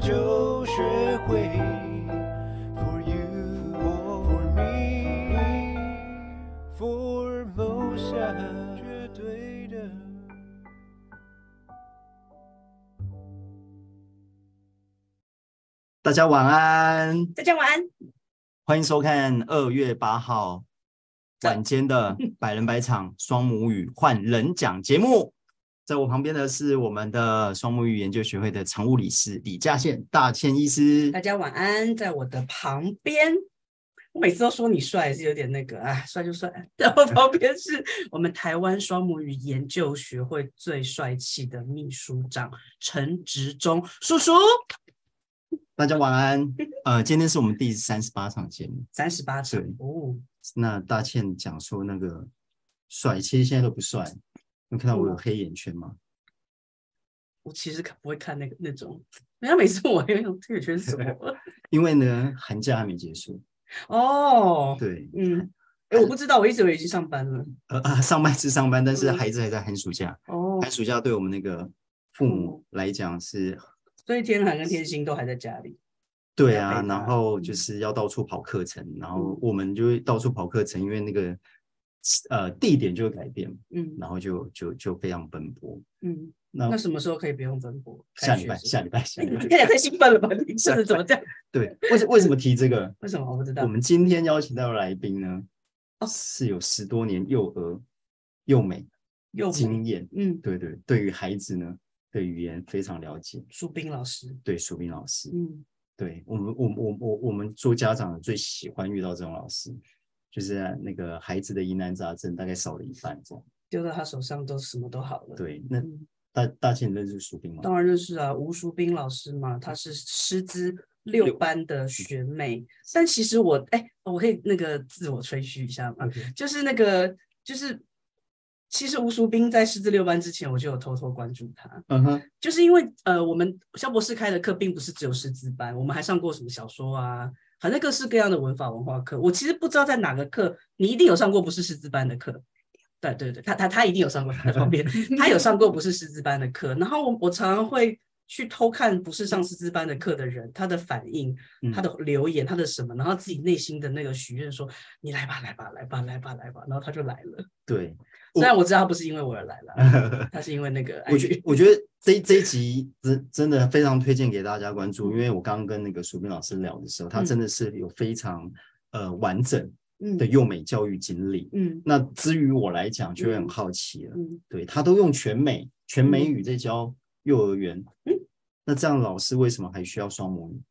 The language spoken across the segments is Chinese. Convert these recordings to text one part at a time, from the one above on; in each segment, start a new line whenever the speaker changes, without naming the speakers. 就学会。For you or for me, for Mosa，绝对的。
大家晚安，
大家晚安，
欢迎收看二月八号晚间的百人百场双母语换人讲节目。在我旁边的是我们的双母语研究学会的常务理事李嘉宪大宪医师
大。家晚安，在我的旁边。我每次都说你帅是有点那个啊，帅就帅。 在我旁边是我们台湾双母语研究学会最帅气的秘书长陈植忠叔叔，
大家 晚安。呃，今天是我们第三十八场节目。
三十八岁
对
哦，
那大倩讲说那个帅，其实现在都不帅。你看到我有黑眼圈吗？
我其实看不会看那个那种，人家每次我有那种这个圈是什么？
因为呢，寒假还没结束。
哦，
对，
嗯，哎，我不知道，我一直以为已经上班了。
呃 啊，上班是上班，但是
嗯
孩子还在寒暑假。
哦，
寒暑假对我们那个父母来讲是，
所以天寒跟天星都还在家里。
对
要
啊，
陪
然
他
后
嗯
就是要到处跑课程，然后
嗯
我们就会到处跑课程，因为那个呃地点就会改变，
嗯
然后就就就非常奔波。
嗯，
那
那什么时候可以不用奔波？
下
开
礼
学
拜，
是
下礼拜，下
你
礼
你
拜，
看起来太兴奋了吧？你这是怎么这样？
对，为什为什么提这个？
为什么我不知道
我？们今天邀请到的来宾呢
哦，
是有十多年幼儿幼美
又
经验，
嗯，
对对，对于孩子呢对语言非常了解，
苏冰老师，
对淑斌老师，
嗯，
对我们我我我我们做家长的最喜欢遇到这种老师，就是那个孩子的疑难杂症大概少了一半这样。
丢到他手上都什么都好了。，
对，那
嗯
大大庆认识淑斌吗？
当然认识啊，吴淑冰老师嘛，她是师资六班的
嗯
学妹。但其实我，哎，我可以那个自我吹嘘一下吗？就是那个，就是其实吴淑冰在师资六班之前，我就有偷偷关注她。
嗯哼，
就是因为呃，我们肖博士开的课并不是只有师资班，我们还上过什么小说啊，反正各式各样的文法文化课。我其实不知道在哪个课，你一定有上过不是师资班的课。对对对，他他他一定有上过，他在旁 边他有上过不是师资班的课。然后我我常常会去偷看不是上师资班的课的人他的反应，
嗯
他的留言，他的什么，然后自己内心的那个许愿说你来吧来吧来吧来吧来吧，然后他就来了。
对，
虽然我知道他不是因为我而来了， 他是因为那个
我觉我觉得这这一集真真的非常推荐给大家关注，因为我刚刚跟那个淑斌老师聊的时候，他
嗯
真的是有非常呃完整
嗯
的幼美教育经历。
嗯
那至于我来讲，就会很
嗯
好奇了。
嗯
对他都用全美全美
嗯
语在教幼儿园，
嗯
那这样老师为什么还需要双母语？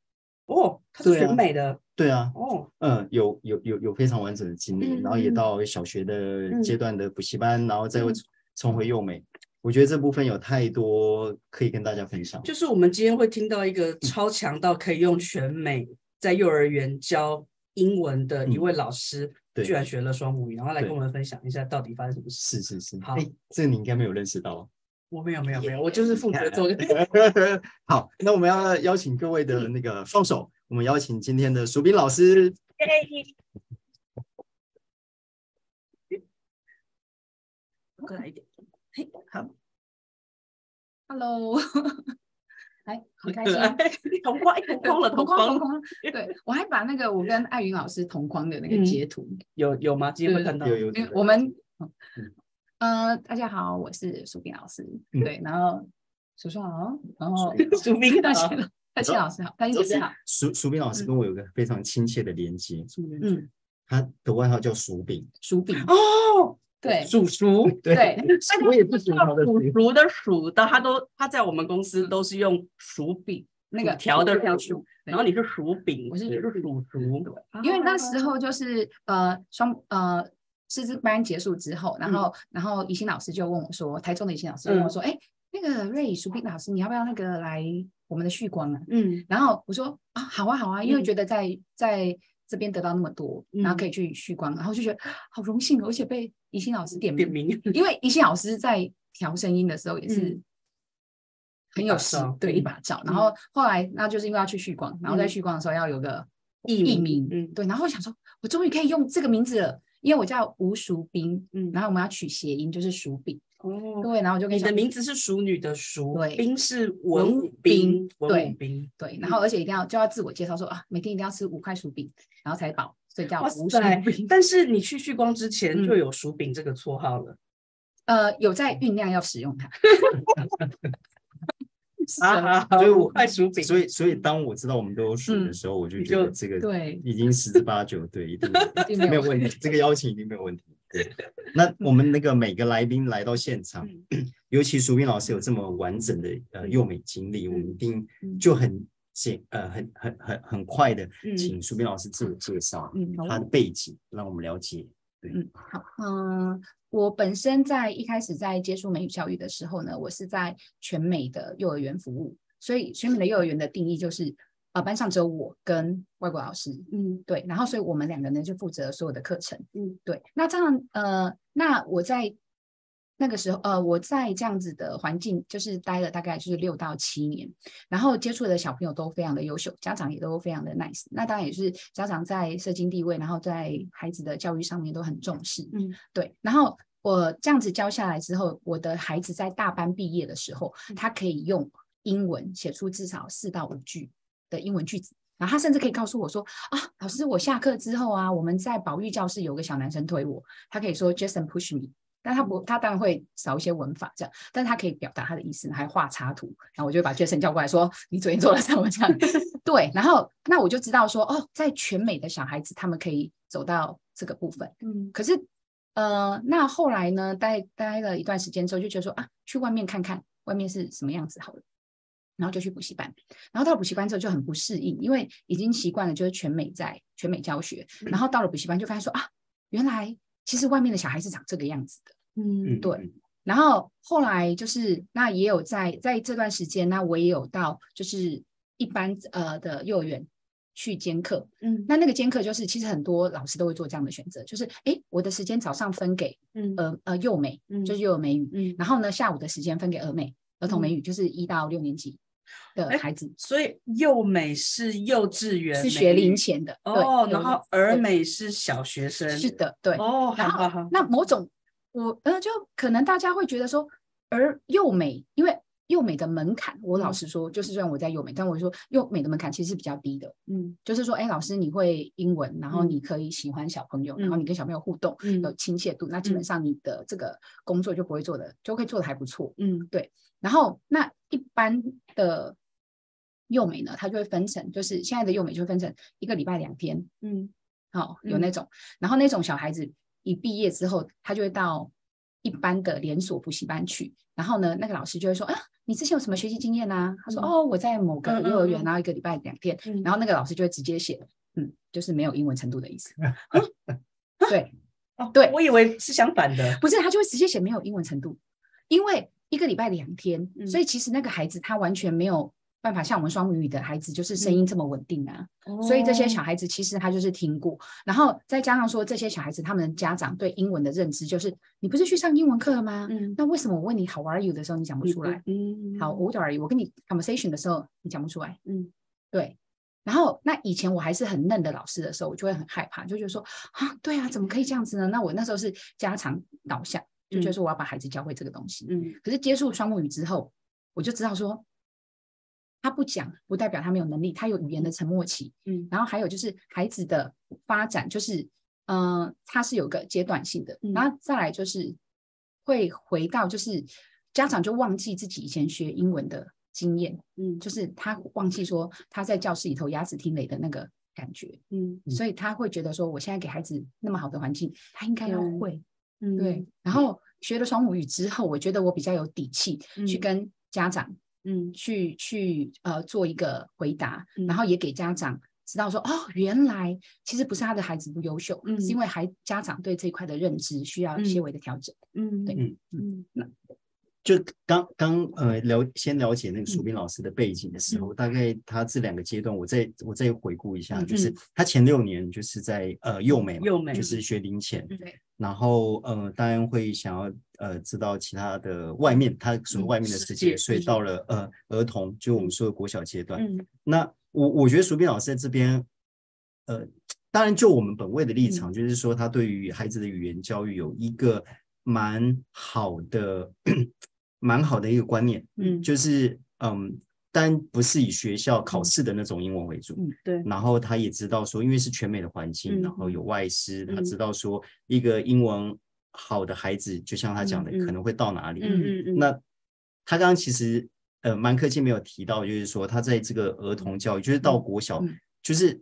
哦，他是
对啊
选美的、
对啊，
哦，
嗯，有有有有非常完整的经历，
嗯
然后也
嗯
到小学的
嗯
阶段的补习班，然后再
嗯
重回幼美。我觉得这部分有太多可以跟大家分享。
就是我们今天会听到一个超强到可以用全美在幼儿园教英文的一位老师，
嗯对
居然学了双母语，然后来
对
跟我们分享一下到底发生什么事。
是是是，
好
哎，这个你应该没有认识到哦。
我没有没有没有，我就是负责做
好，那我们要邀请各位的那个双手，我们邀请今天的淑斌老师。
过来一点。嘿，好
Hello，哎，很开
可
心，
爱， 同框同 框了，
同
同
框
框
同框。对我还把那个我跟艾云老师同框的那
嗯
个截图，
有有吗？今天会
对
看到
有有
因
有
为我们，呃，大家好，我是苏斌老师，
嗯
对，然后叔叔好，然后
淑斌老师
苏冰
大
大
谢
学，
老大谢老师好，大谢
就
姐
是
姐好，
薯薯饼老师
嗯
跟我有个非常亲切的连接，
嗯，
他的外号叫薯饼，
薯饼，
哦，
对
叔叔，
对，
我也不喜欢他的
属
薯饼
鼠的鼠，但他都他在我们公司都是用鼠饼，
那个
条的
薯
薯
薯，对
然后你是鼠饼，
我是
你是啊鼠鼠，
因为那时候就是呃双呃师资班结束之后，然
嗯
后、然后宜兴老师就问我说，台中的宜兴老师就问我说，哎、那个瑞淑斌老师，你要不要那个来我们的旭光啊？
嗯
然后我说啊，好啊，好啊，因为
嗯
觉得在、在这边得到那么多，然后可以去旭光，然后就觉得好荣幸哦，而且被宜兴老师点名，
点名，
因为宜兴老师在调声音的时候也是
嗯
很
一
有
把
实
照
对一
嗯
把照，然后后来那就是因为要去旭光，然后在
嗯
旭光的时候要有个
艺
艺
名
名，
嗯
对，然后我想说，我终于可以用这个名字了，因为我叫吴淑斌，
嗯
然后我们要取谐音就是淑饼，
哦，
对，然后我就跟
你
小
的
朋友
名字是淑女的淑，
对
冰是
文
文
武
武兵
兵，
文
对
武兵。
对，然后而且一定要就要自我介绍说啊，每天一定要吃五块薯饼，然后才饱，所以叫
哇
无薯
塞
饼！。
但是你去旭光之前
嗯
就有薯饼这个绰号了，
呃，有在酝酿要使用 它。 是的
啊，
所以
五
我
块薯饼，
所以所以当我知道我们都有数的
嗯
时候，我就
你
觉得
就
这个
对
已经十之八九，对，一定
一定没
没有
有
问题，这个邀请一定没有问题。对，那我们那个每个来宾来到现场，
嗯
尤其淑斌老师有这么完整的呃幼美经历，我们一定
嗯
就很简呃很很很很快的
嗯
请淑斌老师自我介绍
嗯，好
他的背景，让我们了解。
嗯，好，嗯，我本身在一开始在接触美语教育的时候呢，我是在全美的幼儿园服务，所以全美的幼儿园的定义就是，呃，班上只有我跟外国老师，
嗯
对，然后所以我们两个呢就负责所有的课程，
嗯，
对。那这样，呃，那我在那个时候，呃，我在这样子的环境就是待了大概就是六到七年，然后接触的小朋友都非常的优秀，家长也都非常的 nice。那当然也是家长在社经地位，然后在孩子的教育上面都很重视，
嗯，
对。然后我这样子教下来之后，我的孩子在大班毕业的时候，他可以用英文写出至少四到五句的英文句子。然后他甚至可以告诉我说：“啊，老师，我下课之后啊，我们在保育教室有个小男生推我，他可以说 Jason push me，但他不，他当然会少一些文法这样，但他可以表达他的意思，还画插图。然后我就会把 Jason 叫过来说：你昨天做了什么？这 样对，然后那我就知道说，哦，在全美的小孩子他们可以走到这个部分。
嗯
可是呃，那后来呢，待待了一段时间之后，就觉得说啊，去外面看看外面是什么样子好了。然后就去补习班，然后到了补习班之后就很不适应，因为已经习惯了就是全美在全美教学，然后到了补习班就发现说啊，原来其实外面的小孩是长这个样子的。
嗯
嗯，
对
嗯，
然后后来就是那也有在在这段时间，那我也有到就是一般呃的幼儿园去兼课，
嗯
那那个兼课就是，其实很多老师都会做这样的选择，就是诶，我的时间早上分给
嗯
呃呃幼美，
嗯
就是幼儿美语，
嗯，
然后呢下午的时间分给儿美，儿童美语，就是一到六年级的
诶
孩子
所以幼美是幼稚园
是
美
学龄
语
前的，对
哦，
有
然后
对
儿美是小学生，
是的，对。
哦，好
然
好
后
好，
那某种我呃就可能大家会觉得说，而幼美因为。幼美的门槛，我老
嗯
实说，就是虽然我在幼美，但我说幼美的门槛其实是比较低的，
嗯
就是说，哎，老师你会英文，然后
嗯
你可以喜欢小朋友，然后
嗯
你跟小朋友互动，有
嗯
亲切度，那基本
嗯
上你的这个工作就不会做的，就会做的还不错。
嗯
然后那一般的幼美呢，它就会分成，就是现在的幼美就分成一个礼拜两天，
嗯
好、哦有那
嗯
种，然后那种小孩子一毕业之后，他就会到一般的连锁补习班去，然后呢，那个老师就会说啊，你之前有什么学习经验啊？他说、
嗯
哦，我在某个
嗯
幼儿
嗯
园，
嗯
然后一个礼拜两天，
嗯，
然后那个老师就会直接写，嗯，就是没有英文程度 的意思，对。
后
对
哦我以为是相反的，
不是，他就会直接写没有英文程度，因为一个礼拜两天，
嗯
所以其实那个孩子他完全没有办法像我们双母语的孩子，就是声
嗯
音这么稳定啊。所以这些小
哦
孩子其实他就是听过，然后再加上说这些小孩子他们的家长对英文的认知就是，你不是去上英文课了吗？
嗯
那为什么我问你 How are you 的时候你讲不
你
出来？
嗯
好 What are you？我跟你 conversation 的时候你讲不出来，
嗯
对。然后，那以前我还是很嫩的老师的时候，我就会很害怕，就觉得说啊，对啊，怎么可以这样子呢？那我那时候是家长导向，就觉得
嗯
说我要把孩子教会这个东西。
嗯
可是接触双母语之后，我就知道说，他不讲不代表他没有能力，他有语言的沉默期。
嗯
然后还有就是孩子的发展，就是嗯、呃，它是有个阶段性的。
嗯
然后再来就是会回到就是家长就忘记自己以前学英文的经验，
嗯
就是他忘记说他在教室里头鸭子听雷的那个感觉，
嗯
嗯
所以他会觉得说，我现在给孩子那么好的环境，他应该要
对
会。
嗯
对，然后学了双母语之后，我觉得我比较有底气去
嗯
跟家长
嗯
去去呃做一个回答，
嗯
然后也给家长知道说，哦，原来其实不是他的孩子不优秀，
嗯
是因为孩家长对这一块的认知需要些
嗯
微的调整。
嗯
对
嗯
嗯
就刚刚呃了先了解那个苏斌老师的背景的时候，大概他这两个阶段，我再我再回顾一下，
嗯
就是他前六年就是在呃幼美嘛，
幼美
就是学龄前，
嗯
对，
然后呃当然会想要呃知道其他的外面他所谓外面的
世
世
界
界，所以
嗯
到了呃儿童，就我们说的国小阶段，
嗯
那我我觉得苏斌老师在这边，
嗯
呃，当然就我们本位的立场，就是说他对于孩子的语言教育有一个蛮好的，蛮好的一个观念，
嗯
就是嗯，但不是以学校
嗯
考试的那种英文为主。
嗯
对，
然后他也知道说，因为是全美的环境，
嗯
然后有外师，他
嗯
知道说一个英文好的孩子，就像他讲的，
嗯嗯
可能会到哪里。
嗯嗯嗯，
那他刚刚其实呃，蛮客气没有提到，就是说他在这个儿童教育，就是到国小，
嗯
就是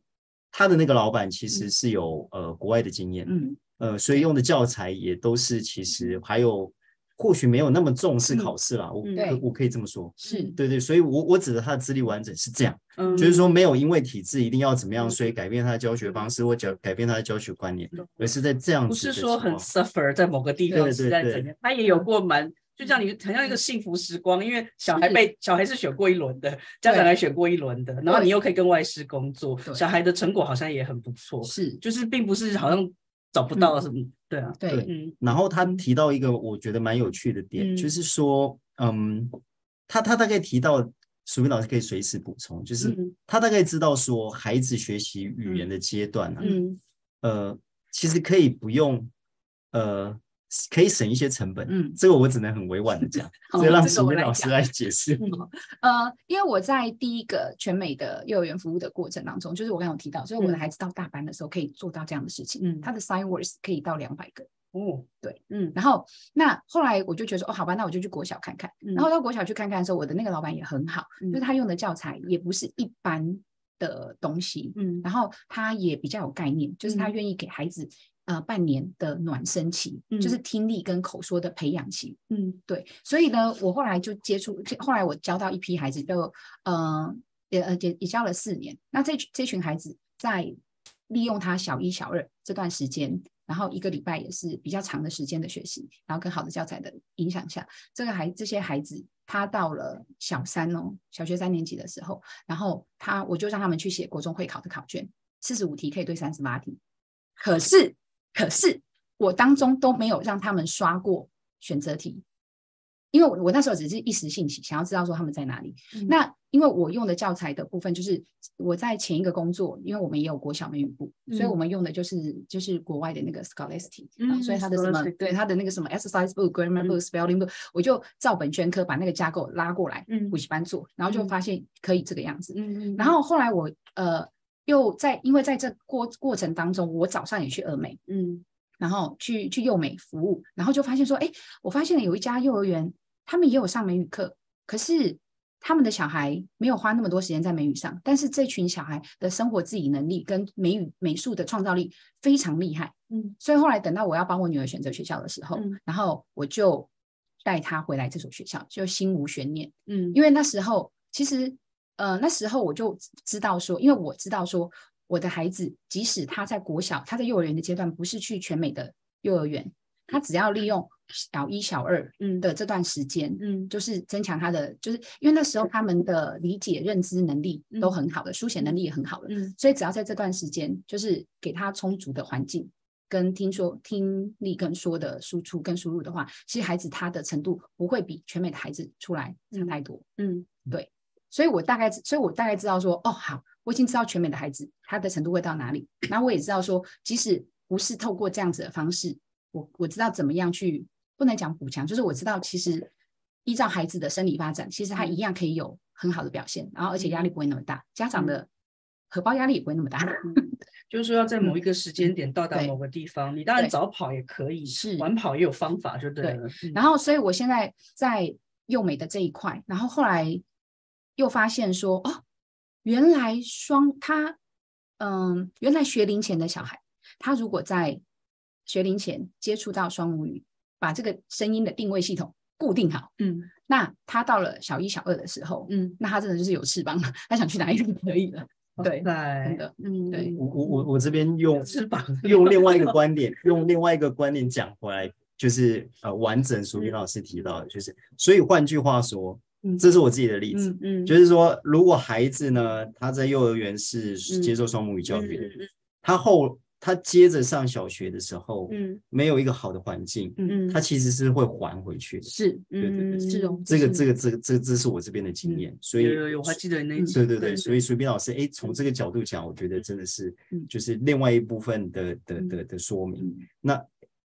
他的那个老板其实是有、呃国外的经验，
嗯
呃，所以用的教材也都是其实还有或许没有那么重视
嗯
考试啦，我
嗯
可
对
我可以这么说。
是
对对，所以我我指的他的资历完整是这样，
嗯
就是说没有因为体制一定要怎么样，
嗯
所以改变他的教学方式或改改变他的教学观念，而是在这样
不
子
是
的
说
情
很
况
suffer 在某个地方
对
是
对
在
对
怎样，他也有过蛮，就像你很像一个幸福时光，因为小孩
嗯是
被小孩是选过一轮的，家长
对
来选过一轮的，然后你又可以跟外师工作，
对
小孩的成果好像也很不错，
是，嗯
就是并不是好像找不到什么，对啊，
对，
嗯
然后他提到一个我觉得蛮有趣的点，
嗯
就是说，嗯，他他大概提到，淑敏老师可以随时补充，就是
嗯
他大概知道说，孩子学习语言的阶段啊，
嗯
呃，其实可以不用，呃，可以省一些成本。
嗯
这个我只能很委婉的讲，
好
所以让
这个
淑
我
敏
来
老师
讲
来解释。
嗯呃，因为我在第一个全美的幼儿园服务的过程当中，就是我刚刚有提到，所以我的
嗯
孩子到大班的时候可以做到这样的事情，
嗯
他的 sign words 可以到两百个。
哦
对，
嗯
然后那后来我就觉得说，哦，好吧，那我就去国小看看。
嗯
然后到国小去看看的时候，我的那个老板也很好，
嗯
就是他用的教材也不是一般的东西，
嗯
然后他也比较有概念，就是他
嗯
愿意给孩子呃半年的暖身期，就是听力跟口说的培养期。
嗯
对，所以呢，我后来就接触，就后来我教到一批孩子就，呃也呃也也教了四年。那这群这群孩子在利用他小一、小二这段时间，然后一个礼拜也是比较长的时间的学习，然后跟好的教材的影响下，这个孩这些孩子他到了小三哦，小学三年级的时候，然后他我就让他们去写国中会考的考卷，四十五题可以对三十八题，可是可是我当中都没有让他们刷过选择题，因为我我那时候只是一时兴起，想要知道说他们在哪里。
嗯
那因为我用的教材的部分，就是我在前一个工作，因为我们也有国小美语部，所以
嗯
我们用的就是就是国外的那个 Scholastic，、然后所以
嗯
它的什么
，Scholastic
对它的那个什么 exercise book、grammar
嗯
book、spelling book，我就照本宣科把那个架构拉过来
嗯
补习班做，然后就
嗯
发现可以这个样子。
嗯
然后后来我呃又在因为在这过过程当中，我早上也去峨眉，
嗯
然后去去幼美服务，然后就发现说，哎，我发现了有一家幼儿园，他们也有上美语课，可是他们的小孩没有花那么多时间在美语上，但是这群小孩的生活自理能力跟美语美术的创造力非常厉害，
嗯
所以后来等到我要帮我女儿选择学校的时候，
嗯
然后我就带她回来这所学校，就心无悬念。
嗯
因为那时候其实呃那时候我就知知道说，因为我知道说我的孩子即使他在国小，他在幼儿园的阶段不是去全美的幼儿园，他只要利用小一小二
嗯
的这段时间。
嗯
就是增强他的，就是因为那时候他们的理解、认知能力都很好的，书写能力也很好的，
嗯
所以只要在这段时间，就是给他充足的环境跟听说、听力跟说的输出跟输入的话，其实孩子他的程度不会比全美的孩子出来差
嗯
太多。
嗯
所以我大概知，所以我大概知道说，哦，好，我已经知道全美的孩子他的程度会到哪里，然后我也知道说，即使不是透过这样子的方式，我我知道怎么样去，不能讲补强，就是我知道其实依照孩子的生理发展，其实他一样可以有很好的表现，然后而且压力不会那么大，家长的荷包压力也不会那么大。
嗯就是说要在某一个时间点到达
对
某个地方，你当然
对
早跑也可以，
是
晚跑也有方法，就对
对
了。嗯
然后，所以我现在在幼美的这一块，然后后来又发现说，哦，原来双他，嗯，原来学龄前的小孩，他如果在学龄前接触到双母语，把这个声音的定位系统固定好，
嗯
那他到了小一、小二的时候，
嗯，
那他真的就是有翅膀了，他想去哪里都可以了。
哦
对
真
真的，
嗯，
对
我我我我这边用
翅膀
用另外一个观点，用另外一个观点讲回来，就是呃，完整淑敏老师提到的，就是所以换句话说
嗯，
这是我自己的例子，
嗯嗯，
就是说，如果孩子呢他在幼儿园是
嗯
接受双母语教育的，
嗯
他后他接着上小学的时候，
嗯
没有一个好的环境，
嗯，
他其实是会还回去的。
是
对对
嗯
对
是哦，
这个
是
这个这个这这是我这边的经验，所以
有有有，我还记得那一
嗯
集，
对对对，所以随便老师，哎，从这个角度讲，我觉得真的是
嗯
嗯
就是另外一部分的的的的说明
嗯。
那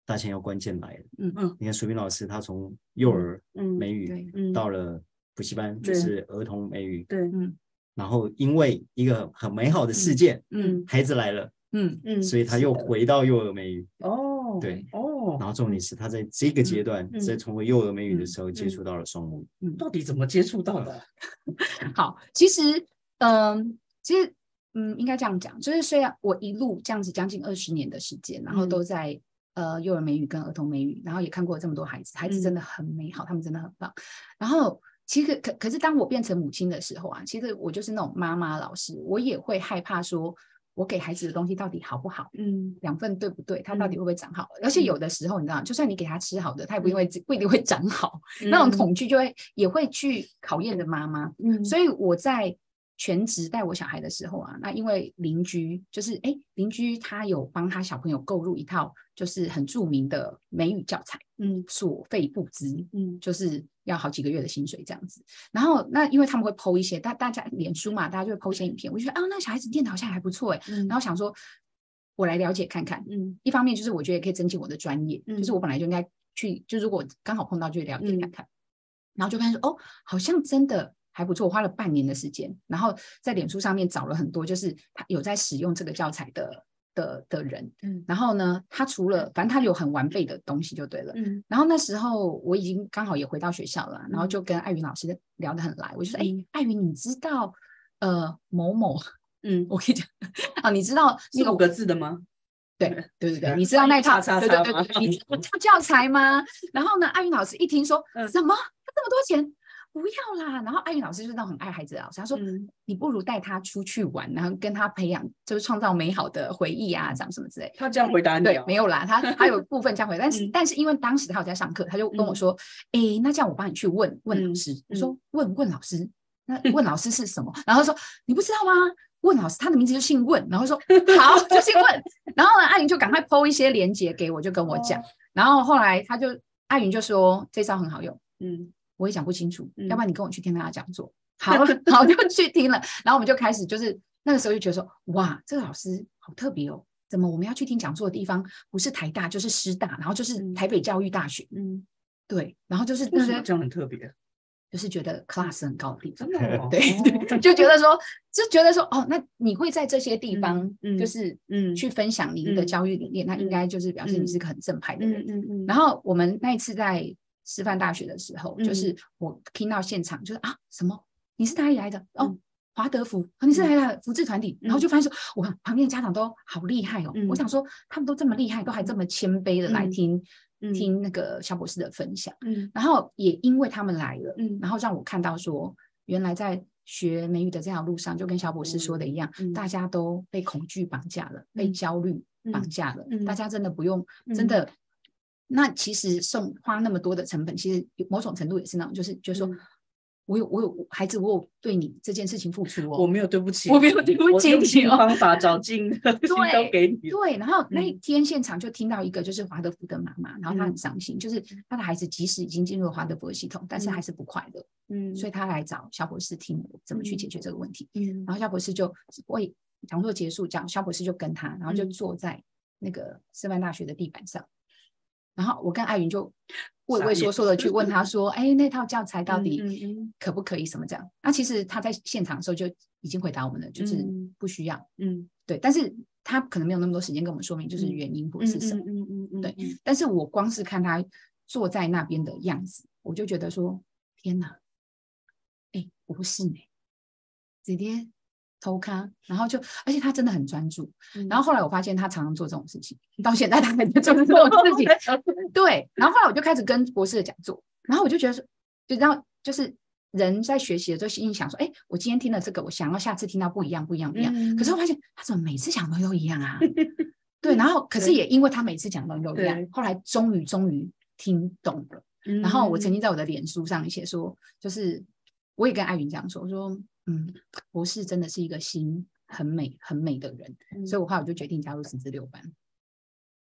大钱要关键来了。
嗯
嗯，
你看水平老师，他从幼儿
嗯
美
对
语
嗯
到了补习班，就
对
是儿童美语，
对
嗯
然后因为一个很美好的世界，
嗯
孩子来了，
嗯
嗯，
所以他
是
又
的
回到幼儿美语。
哦
对
哦
然，后重点是他在这个阶段
嗯，
在成为幼儿美语的时候
嗯
接触到了双母语。
到底怎么接触到的？
好，其实，嗯，其实，嗯，应该这样讲，就是虽然我一路这样子将近二十年的时间，然后
嗯
都在、呃幼儿美语跟儿童美语，然后也看过这么多孩子，孩子
嗯
真的很美好，他们真的很棒。然后，其实可可是当我变成母亲的时候啊，其实我就是那种妈妈老师，我也会害怕说，我给孩子的东西到底好不好？
嗯
养分对不对？它到底
嗯嗯
会不会长好？而且有的时候，你知道，就算你给它吃好的，它也不一定会不一定会长好。那种恐惧就会也会去考验着妈妈。
嗯，
所以我在全职带我小孩的时候啊，那因为邻居就是哎，邻居他有帮他小朋友购入一套就是很著名的美语教材，
以嗯
所费不赀，
嗯
就是要好几个月的薪水这样子。然后那因为他们会剖一些大大家脸书嘛，大家就会剖一些影片，我就觉得啊，那个小孩子念得好像还不错哎，
嗯，
然后想说我来了解看看。
嗯
一方面就是我觉得也可以增进我的专业，就是
嗯
我本来就应该去，就如果刚好碰到就了解看
嗯
看，然后就发现说哦，好像真的还不错，我花了半年的时间，然后在脸书上面找了很多就是他有在使用这个教材的的的人，
嗯
然后呢，他除了反正他有很完备的东西就对了。
嗯
然后那时候我已经刚好也回到学校了，然后
嗯
就跟艾云老师聊得很来，我就说，哎、
嗯
艾云，你知道呃某某，
嗯，
我跟你讲啊，你知道那
是
个
五个字的吗？
对
对
对对对，
对
你知道那一套
叉叉
对对
叉
对
吗
对，你知道那教材吗？然后呢，艾云老师一听说
嗯
什么这么多钱，不要啦。然后艾云老师就是那种很爱孩子的老师，他说
嗯
你不如带他出去玩，然后跟他培养就是创造美好的回忆啊，这样什么之类。
他这样回答你
对
哦，
没有啦，他他有部分这样回，但 是
嗯
但是因为当时他有在上课，他就跟我
嗯
说，诶，那这样我帮你去问问老
嗯
师，我说问问老师， 那问老师是什么？然后他说你不知道吗？问老师，他的名字就姓问，然后说好就姓问，然后呢，阿云就赶快剖一些链接给我，就跟我讲，
哦，
然后后来他就阿云就说这招很好用，
嗯
我也讲不清楚，
嗯
要不然你跟我去听他的讲座。好， 好就去听了，然后我们就开始，就是那个时候就觉得说，哇，这个老师好特别哦，怎么我们要去听讲座的地方不是台大就是师大，然后就是
嗯
台北教育大学，
嗯，
对，然后就是
为
那
什么
些
这样很特别？
就是觉得 class 很高的地方
真，的哦
对
哦
就觉得说，就觉得说，哦，那你会在这些地方，
嗯嗯
就是
嗯
去分享您的
嗯
教育理念，那应
嗯
该就是表示你
嗯
是个很正派的
嗯
人。
嗯嗯，
然
后
后我们那一次在师范大学的时候，
嗯
就是我听到现场就是啊，什么你是哪里来的？哦
嗯，
华德福，啊你是哪里来的福智团体？然后就发现说，哇，旁边的家长都好厉害哦。
嗯
我想说，他们都这么厉害，都还这么谦卑的来
嗯
听
嗯
听那个小博士的分享。
嗯
然后也因为他们来了，
嗯
然后让我看到说，原来在学美语的这条路上，就跟小博士说的一样，
嗯
大家都被恐惧绑架了，被
嗯
焦虑绑
嗯
架了。大
嗯
家真的不用，真
嗯
的。那其实送花那么多的成本，其实有某种程度也是那种，就是就是说
嗯
我有我有孩子，我有对你这件事情付出哦，
我没有对不起你，
我没有对不
我
起
用
你
尽
哦
方法找尽的心
对
都给你了，
对，然后那一
嗯
天现场就听到一个就是华德福的妈妈，然后她很
嗯
伤心，就是她的孩子即使已经进入了华德福的系统，但是还
嗯
是不快乐，
嗯
所以她来找肖博士听我怎么去解决这个问题。
嗯
然后肖博士就为讲座结束，讲肖博士就跟他，然后就
嗯
坐在那个师范大学的地板上，然后我跟艾云就畏畏
傻
缩
眼
缩的去 问他说：“哎，那套教材到
嗯嗯
底
嗯
可不可以？什么这样？”那其实他在现场的时候就已经回答我们了，就是
嗯
不需要。
嗯
对，但是他可能没有那么多时间跟我们说明就是
嗯
原因或
嗯
是什么。
嗯嗯嗯
对但是我光是看他坐在那边的样子，我就觉得说，天哪，哎、不是呢、直接偷看，然后就，而且他真的很专注。
嗯
然后后来我发现他常常做这种事情，到现在他还在做这种事 情。对，然后后来我就开始跟博士的讲座，然后我就觉得说，就然后就是人在学习的时候，心里想说，哎、我今天听了这个，我想要下次听到不一样，不一样，不一样。
嗯
可是我发现他怎么每次讲的都一 样啊？对，然后可是
对
也因为他每次讲的都一样
对，嗯
后来终于终于听懂了。然后我曾经在我的脸书上写说，就是我也跟艾云这样说，我说，嗯，博士真的是一个心很美很美的人，
经
所以我后来我就决定加入十之六班。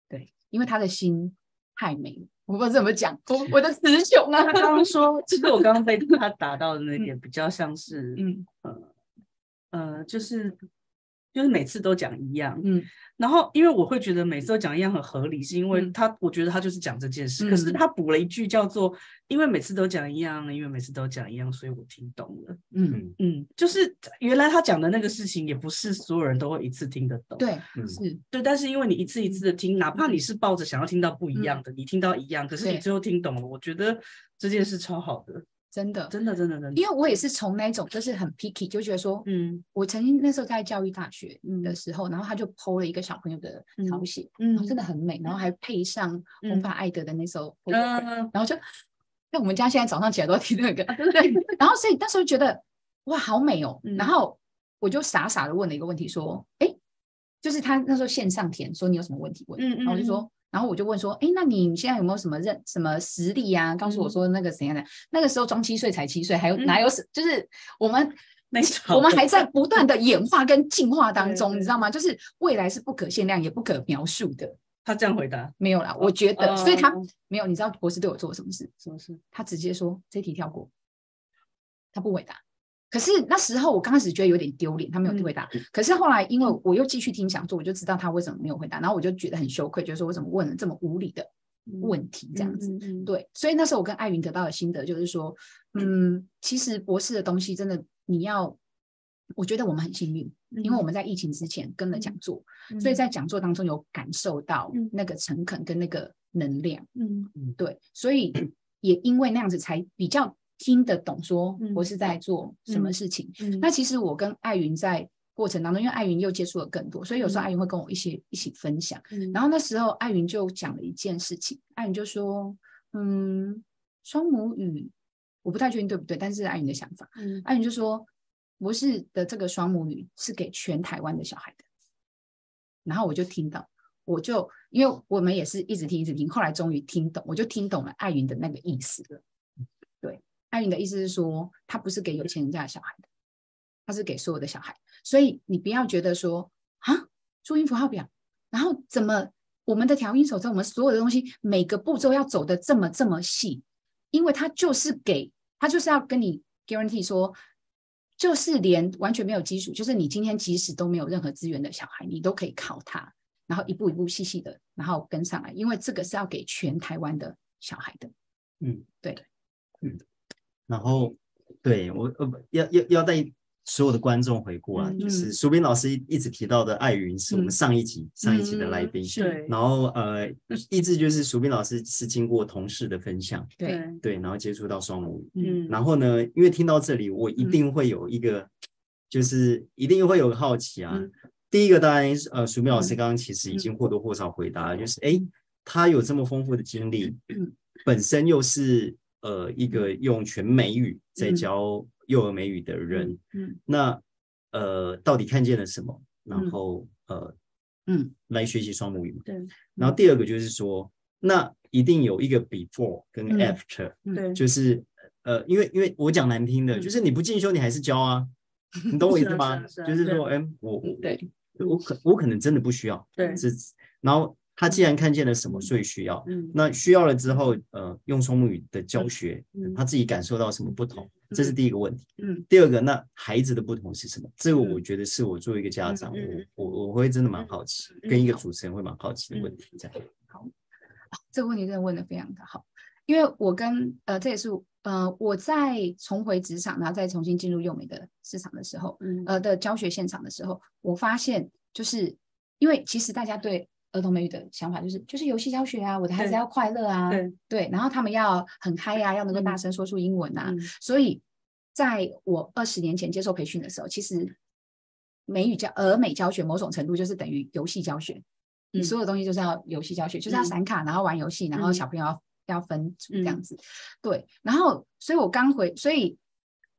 对，因为他的心太美了，我不知道怎么讲， 我我的词穷啊
他。刚刚说，其实我刚刚被他打到的那点比较像是，
嗯
呃，就是就是每次都讲一样。
嗯，
然后因为我会觉得每次都讲一样很合理，是因为
嗯
他、我觉得他就是讲这件事，
嗯
可是他补了一句叫做“因为每次都讲一样，因为每次都讲一样，所以我听懂了”。
嗯，
嗯，就是原来他讲的那个事情，也不是所有人都会一次听得懂。
对，嗯
嗯
是，
对，但是因为你一次一次的听，哪怕你是抱着想要听到不一样的，你听到一样，可是你
嗯对
最后听懂了，我觉得这件事超好的，
真的。
真的，真的，真的。
因为我也是从那一种就是很 picky，就觉得说，
嗯
我曾经那时候在教育大学的
嗯
时候，然后他就剖了一个小朋友的
嗯
草写，然后
嗯
哦真的很美，然后还配上红
嗯
发艾德的那首，然
嗯
后就在我们家现在早上起来都要听那个，
啊，真的，
然后所以那时候觉得哇好美哦，
嗯
然后我就傻傻的问了一个问题说，哎，就是他那时候线上填说你有什么问题问，
嗯
然后我就
嗯
哦说，然后我就问说，哎，那你现在有没有什么认什么实力啊？告诉我
嗯
说那个怎样的？那个时候装七岁才七岁，还有
嗯
哪有什？就是我 们
没
我们
错
还在不断的演化跟进化当
对
中，
对
你知道吗？就是未来是不可限量也不可描述的。
他这样回答，
没有啦，我觉得，所以他
哦
没有。你知道博士对我做了什么事？
什么事？
他直接说这题跳过，他不回答。可是那时候我刚开始觉得有点丢脸，他没有
嗯
回答。可是后来因为我又继续听讲座，我就知道他为什么没有回答，然后我就觉得很羞愧，就是说我怎么问了这么无理的问题这样子。
嗯，嗯，
对，所以那时候我跟艾云得到的心得就是说，嗯，其实博士的东西真的你要，我觉得我们很幸运，因为我们在疫情之前跟了讲座，
嗯
所以在讲座当中有感受到
嗯
那个诚恳跟那个能量。
嗯
对，所以也因为那样子才比较听得懂，说
嗯
我是在做什么
嗯
事情。
嗯，
那其实我跟艾云在过程当中，因为艾云又接触了更多，所以有时候
嗯
艾云会跟我一起一起分享。
嗯
然后那时候艾云就讲了一件事情，艾云就说：“嗯，双母语，我不太确定对不对，但是艾云的想法，
嗯
艾云就说博士的这个双母语是给全台湾的小孩的。”然后我就听到，我就因为我们也是一直听一直听，后来终于听懂，我就听懂了艾云的那个意思了。对，艾云的意思是说，他不是给有钱人家的小孩的，他是给所有的小孩，所以你不要觉得说啊，注音符号表，然后怎么我们的调音手册，我们所有的东西每个步骤要走的这么这么细，因为它就是给它就是要跟你 guarantee 说，就是连完全没有基础，就是你今天即使都没有任何资源的小孩，你都可以靠它，然后一步一步细细的，然后跟上来，因为这个是要给全台湾的小孩的。
然后对我呃不要要要带所有的观众回顾啊，
嗯
就是苏斌老师一一直提到的艾云是我们
嗯
上一集、上一集的来宾，
嗯对
然后呃一直就是苏斌老师是经过同事的分享，
对，
对，然后接触到双母语，
嗯，
然后呢，因为听到这里，我一定会有一个，就是一定会有个好奇啊。
嗯
第一个当然是呃，淑敏老师刚刚其实已经或多或少回答了，就是诶，他有这么丰富的经历，
嗯
本身又是呃一个用全美语在
嗯
教幼儿美语的人，
嗯
那呃到底看见了什么？然
嗯
后呃
嗯，
来学习双母语嘛。
对嗯
然后第二个就是说，那一定有一个 before 跟
嗯
after。
对，
就是呃，因为因为我讲难听的，就是你不进修你还是教啊，你懂我意
嗯是
思
啊
吗？
是啊是啊
就是
对嗯
说，哎、我我
对，
我我可我可能真的不需要，
对
这然后他既然看见了什么，所以需要。
嗯
那需要了之后，呃，用双母语的教学，
嗯
他自己感受到什么不同，这是
嗯
第一个问题。
嗯，
第二个，那孩子的不同是什么？这个我
嗯
觉得是我作为一个家长，
嗯嗯嗯
我我我会真的蛮好奇，
嗯
跟一个主持人会蛮好奇的
嗯
问题，这样。
这个问题真的问的非常的好，因为我跟呃，这也是呃，我在重回职场，然后再重新进入幼美的市场的时候，
嗯
呃的教学现场的时候，我发现就是因为其实大家对儿童美语的想法就是就是游戏教学啊，我的孩子
对
要快乐啊，
对，
对，然后他们要很嗨呀、啊，要能够大
嗯
声说出英文啊，
嗯
所以在我二十年前接受培训的时候，其实美语教、俄美教学某种程度就是等于游戏教学，你
嗯
所有东西就是要游戏教学，就是要
嗯
闪卡，然后玩游戏，然后
嗯
小朋友要、要分组这样
嗯
子。对，然后所以我刚回，所以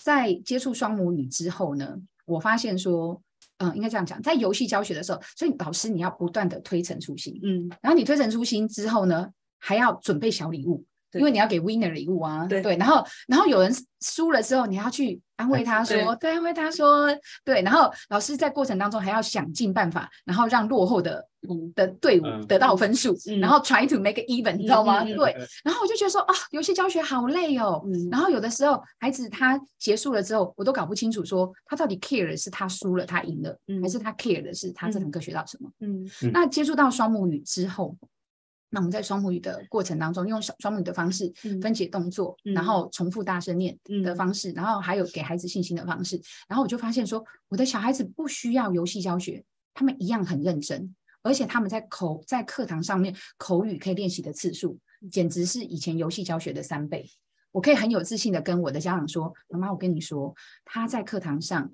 在接触双母语之后呢，我发现说，嗯、应该这样讲，在游戏教学的时候，所以老师你要不断的推陈出新，
嗯
然后你推陈出新之后呢，还要准备小礼物，
对
因为你要给 winner 礼物啊，
对
然后然后有人输了之后，你还要去安慰他说，对，安慰他说，对，然后老师在过程当中还要想尽办法，然后让落后的
嗯
的队伍
嗯
得到分数，
嗯
然后 try to make it even，你知道吗？
嗯嗯嗯
对，然后我就觉得说啊，游戏教学好累哦，
嗯
然后有的时候孩子他结束了之后，我都搞不清楚说他到底 care 的是他输了他赢了，
嗯
还是他 care 的是他这
嗯
堂课学到什么。
嗯
嗯
那接触到双母语之后，那我们在双母语的过程当中，用双双母语的方式
嗯
分解动作，然
嗯
后重复大声念的
嗯
方式，然后还有给孩子信心的方式，然后我就发现说，我的小孩子不需要游戏教学，他们一样很认真，而且他们在口在课堂上面口语可以练习的次数，
嗯
简直是以前游戏教学的三倍。我可以很有自信的跟我的家长说：“妈妈，我跟你说，他在课堂上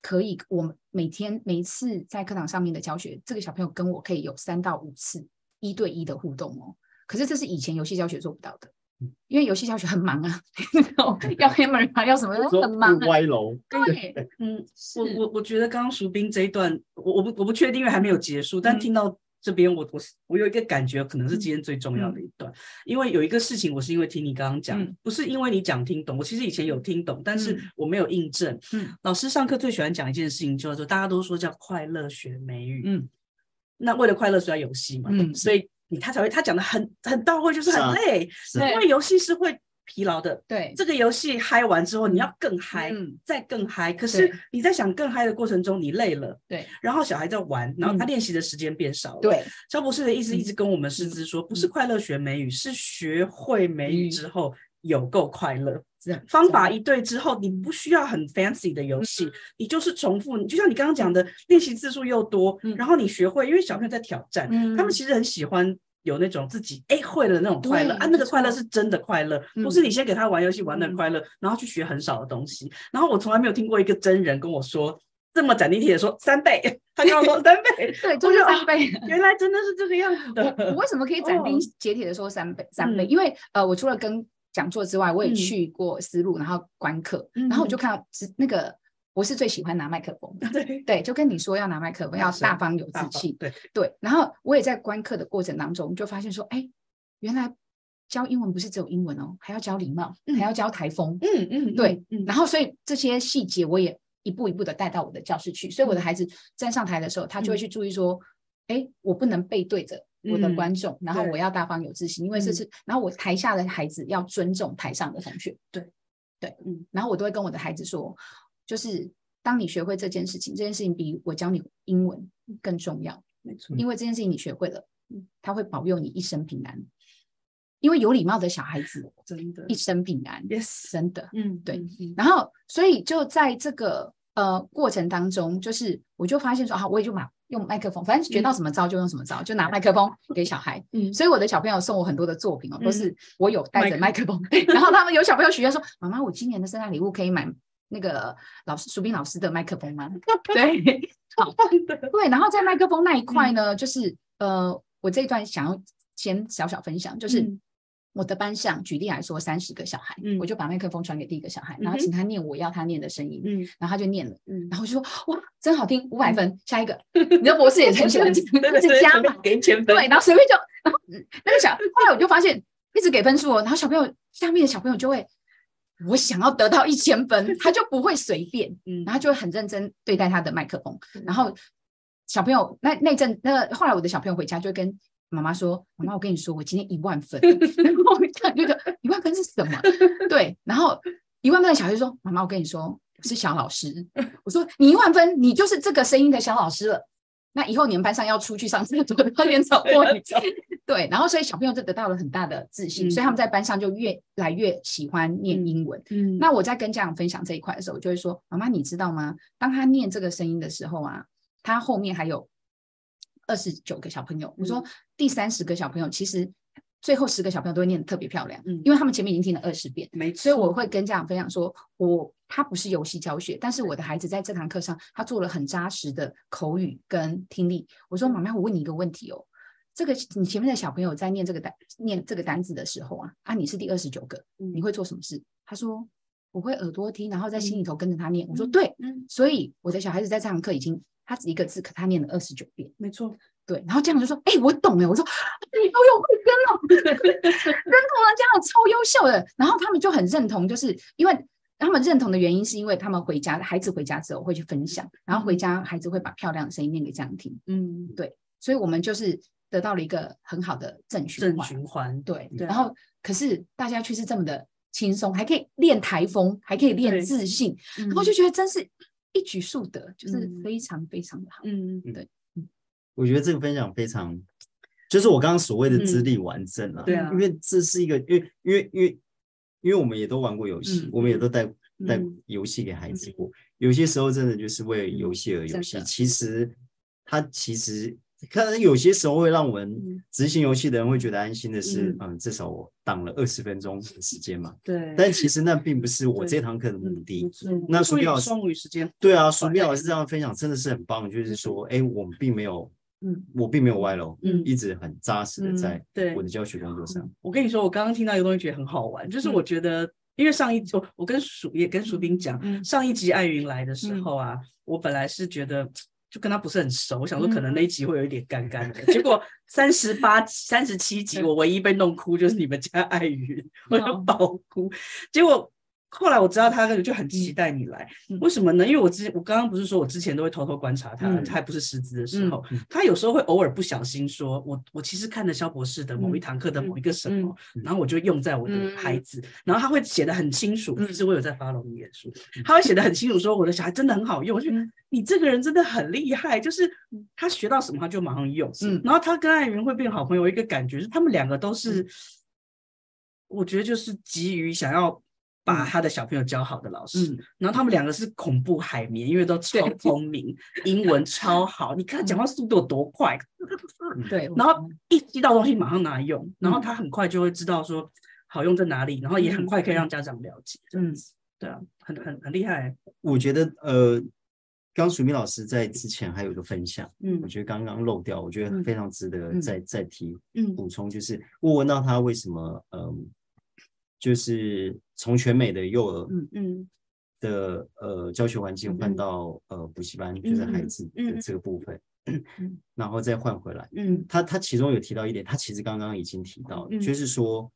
可以，我们每天每一次在课堂上面的教学，这个小朋友跟我可以有三到五次一对一的互动哦。可是这是以前游戏教学做不到的，因为游戏教学很忙啊， 要 hammer 啊，要什么都
说
很忙啊。
歪楼，
对，
嗯，我
是
我我觉得刚刚淑斌这一段，我我不我不确定，因为还没有结束，但
嗯
听到这边，我我是我有一个感觉，可能是今天最重要的一段，因为有一个事情，我是因为听你刚刚讲，
嗯
不是因为你讲听懂，我其实以前有听懂，但是
嗯
我没有印证。
嗯
老师上课最喜欢讲一件事情，叫做大家都说叫快乐学美语，
嗯
那为了快乐所以要游戏嘛，
嗯
所以你他才会他讲的很很到位，就是
是啊
很累，
是
对
因为游戏是会疲劳的，
对，
这个游戏嗨完之后，你要更嗨，
嗯
再更嗨。可是
对
你在想更嗨的过程中，你累了，
对
然后小孩在玩，然后他练习的时间变少了。，
嗯对
肖博士的意思
嗯
一直跟我们师资说，不是快乐学美语，是学会美语
嗯
之后。有够快乐，
这样
方法一对之后，你不需要很 fancy 的游戏，
嗯
你就是重复，你就像你刚刚讲的，练习次数又多，
嗯
然后你学会，因为小朋友在挑战，
嗯
他们其实很喜欢有那种自己哎会了那种快乐
对
啊，那个
没
快乐
错
是真的快乐，
嗯
不是你先给他玩游戏玩的
嗯
快乐，然后去学很少的东西。然后我从来没有听过一个真人跟我说这么斩钉截铁地说三倍，他跟我 说三倍，
对，就是
就啊
三倍。
原来真的是这个样子的。
我我为什么可以斩钉
哦
截铁的说三倍三倍？
嗯
因为呃，我除了跟讲座之外，我也
嗯
去过思路，然后观课，然后我就看到只那个我是最喜欢拿麦克风的，
对
对，就跟你说要拿麦克风，要
是
大方有
大
自
方
信，
对，
对。然后我也在观课的过程当中就发现说，哎，原来教英文不是只有英文哦，还要教礼貌，
嗯
还要教台风，
嗯嗯，
对
嗯，
然后所以这些细节我也一步一步的带到我的教室去，所以我的孩子站上台的时候，他就会
嗯
去注意说，哎、我不能背对着。我的
嗯
观众，然后
对
我要大方有自信，因为这
嗯
是，然后我台下的孩子要尊重台上的同学，
对，
对，
嗯，
然后我都会跟我的孩子说，就是当你学会这件事情，这件事情比我教你英文更重要，
没错，
因为这件事情你学会了，他会保佑你一生平安，因为有礼貌的小孩子
真的
一生平安，
，yes，
真的，
嗯，
对
嗯，嗯
然后，所以就在这个呃过程当中，就是我就发现说，啊，我也就买用麦克风，反正学到什么招就用什么招，就拿麦克风给小孩。
嗯
所以我的小朋友送我很多的作品哦，都是我有带着
麦
麦克风。然后他们有小朋友许愿说：“ 妈妈，我今年的圣诞礼物可以买那个老师苏斌老师的麦克风吗？” 对，好，对。然后在麦克风那一块
嗯
呢，就是呃，我这一段想要先小小分享，就是。
嗯
我的班上，举例来说，三十个小孩，
嗯
我就把麦克风传给第一个小孩，然后
嗯哼
请他念我要他念的声音，
嗯
然后他就念了，
嗯
然后我就说哇，真好听，五百分，下一个， 你的博士也很喜欢，一
对对
直
对
加
随
嘛
便，给你千分，
对，然后随便就，然后嗯那个小，后来我就发现一直给分数哦，然后小朋友下面的小朋友就会，我想要得到一千分，他就不会随便，
嗯，
然后就会很认真对待他的麦克风，然后小朋友那那阵那后来我的小朋友回家就跟妈妈说：“妈妈，我跟你说，我今天一万分。” 然后我一看就觉得一万分是什么？对，然后一万分的小孩就说：“妈妈，我跟你说，我是小老师。”我说：“你一万分，你就是这个声音的小老师了。那以后你们班上要出去上厕所，快点找
对
过
要
你。
找”
对，然后所以小朋友就得到了很大的自信，
嗯
所以他们在班上就越来越喜欢念
嗯
英文。
嗯
那我在跟家长分享这一块的时候，我就会说：“妈妈，你知道吗？当他念这个声音的时候啊，他后面还有二十九个小朋友。我说
嗯
第三十个小朋友，其实最后十个小朋友都会念得特别漂亮，
嗯
因为他们前面已经听了二十遍。
没错，
所以我会跟家长分享说，我他不是游戏教学，但是我的孩子在这堂课上，他做了很扎实的口语跟听力。我说妈妈，我问你一个问题哦，这个你前面的小朋友在念这个单念这个单字的时候啊，啊你是第二十九个，
嗯
你会做什么事？他说我会耳朵听，然后在心里
嗯
头跟着他念。我说
嗯
对，
嗯，
所以我的小孩子在这堂课已经他只一个字，可他念了二十九遍。
没错，
对，然后家长就说：“哎、我懂哎。”我说：“你都有慧根哦，真的吗？家长超优秀的。”然后他们就很认同，就是因为他们认同的原因，是因为他们回家，孩子回家之后会去分享，然后回家孩子会把漂亮的声音念给家长听，
嗯，
所以我们就是得到了一个很好的正循
正
环。
循环，
对，
嗯对啊
然后可是大家却是这么的轻松，还可以练台风，还可以练
对
自信，
然
然后就觉得真是一举数得，就是
嗯
非常非常的好。
嗯，
我觉得这个分享非常，就是我刚刚所谓的资历完整了、
嗯对啊
因为这是一个，因为因为因为因为我们也都玩过游戏，
嗯
我们也都带带
嗯
游戏给孩子过、有些时候真的就是为游戏而游戏。
真的
其实它其实可能有些时候会让我们
嗯
执行游戏的人会觉得安心的是，
嗯
嗯，至少我挡了二十分钟的时间嘛。
对，
但其实那并不是我
对
这堂课的目
嗯，
的
没。错
那
注
苏
意
碧老师
双语时间，
对啊，苏碧老师这样分享真的是很棒，就是说，哎，我们并没有，
嗯，
我并没有歪楼，
嗯
一直很扎实的在
嗯对
我的教学工作上。
我跟你说，我刚刚听到一个东西，觉得很好玩，
嗯
就是我觉得，因为上一集我我跟鼠也跟鼠斌讲，
嗯
上一集艾云来的时候啊，我本来是觉得。就跟他不是很熟，我想
嗯
说可能那一集会有一点干干的，结果三十八、三十七集，我唯一被弄哭就是你们家艾云，我要
嗯哦
爆哭。结果后来我知道他，那个就很期待你来，
嗯
为什么呢？因为我之我刚刚不是说我之前都会偷偷观察他，
嗯
他还不是师资的时候，
嗯
他有时候会偶尔不小心说，我我其实看了肖博士的某一
嗯
堂课的某
嗯
一个什
嗯
么，然后我就用在我的孩子，然后他会写的很清楚，
嗯
其实我有在 follow 你的书，他会写的很清楚，说我的小孩真的很好用，我就觉得
嗯
你这个人真的很厉害，就是他学到什么他就马上用，
嗯
然后他跟艾云会变好朋友，一个感觉是他们两个都是，我觉得就是急于想要。把
嗯
他的小朋友教好的老师，
嗯
然后他们两个是恐怖海绵，因为都超
对
聪明，英文超好。你看他讲话速度有多快，嗯
对，
然后一知道东西马上拿来用，然后他很快就会知道说好用在哪里，然后也很快可以让家长了解。这样
嗯
子，对啊，很很很厉害。欸
我觉得，呃，刚淑敏老师在之前还有一个分享，
嗯
我觉得刚刚漏掉，我觉得
嗯
非常值得
嗯
再再提
嗯
补充，就是我问到他为什么，嗯，就是从全美的幼儿
嗯
嗯
的呃教学环境换
嗯
到呃补习班，就是孩
嗯
子
嗯
的
嗯
这个部分
嗯，
然后再换回来。
嗯
他他其中有提到一点，他其实刚刚已经提到了，
嗯
就是说，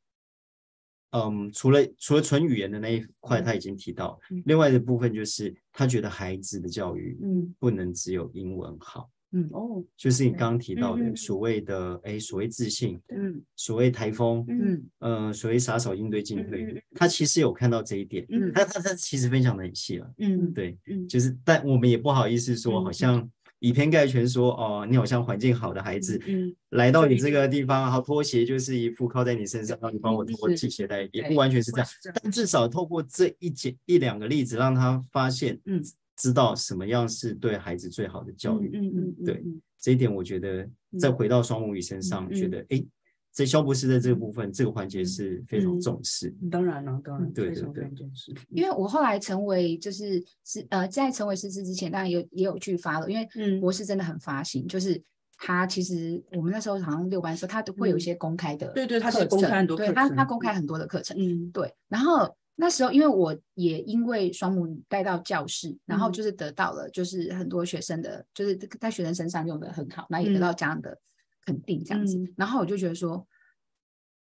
嗯，除了除了纯语言的那一块，
嗯
他已经提到，
嗯
另外的部分就是他觉得孩子的教育
嗯
不能只有英文好，
嗯
哦，
就是你
对
刚刚提到
嗯
的
嗯
所谓的哎，所谓自信，
嗯
所谓台风，
嗯
呃，所谓撒手应对进
嗯嗯
退，他其实有看到这一点，
嗯
他他他其实分享的很细了，
嗯
对，
嗯
就是，但我们也不好意思说，
嗯
好
嗯
像以偏概全说，哦，你好像环境好的孩子，
嗯嗯
来到
就
你
一
这
定
个地方，好拖鞋就是一副靠在你身上，然后你帮我
嗯
拖
是
系鞋带，也不
对
完全是这样
是这样。
但至少透过这一节一两个例子，让他发现，
嗯，
知道什么样是对孩子最好的教育。
嗯嗯嗯，
对这一点，我觉得再回到双母语身上，
嗯
觉
嗯
得诶，在肖博士在这个部分这个环节是非常
嗯
重视。
嗯当然了，当然，
对
非
对
常非
对
常重视。
因为我后来成为就是是呃，在成为师资之前，当然也有也有去发了，因为
嗯
博士真的很发心，就是他其实我们那时候好像六班的时候，他都会有
嗯
一些公开的、
对对他是公开很多
对
课
他
程
他公开很多的课程，
嗯
对。然后那时候因为我也因为双母语带到教室，然后
嗯
就是得到了就是很多学生的，就是在学生身上用的很好，然后也得
嗯
到家长的肯定这样子。
嗯
然后我就觉得说。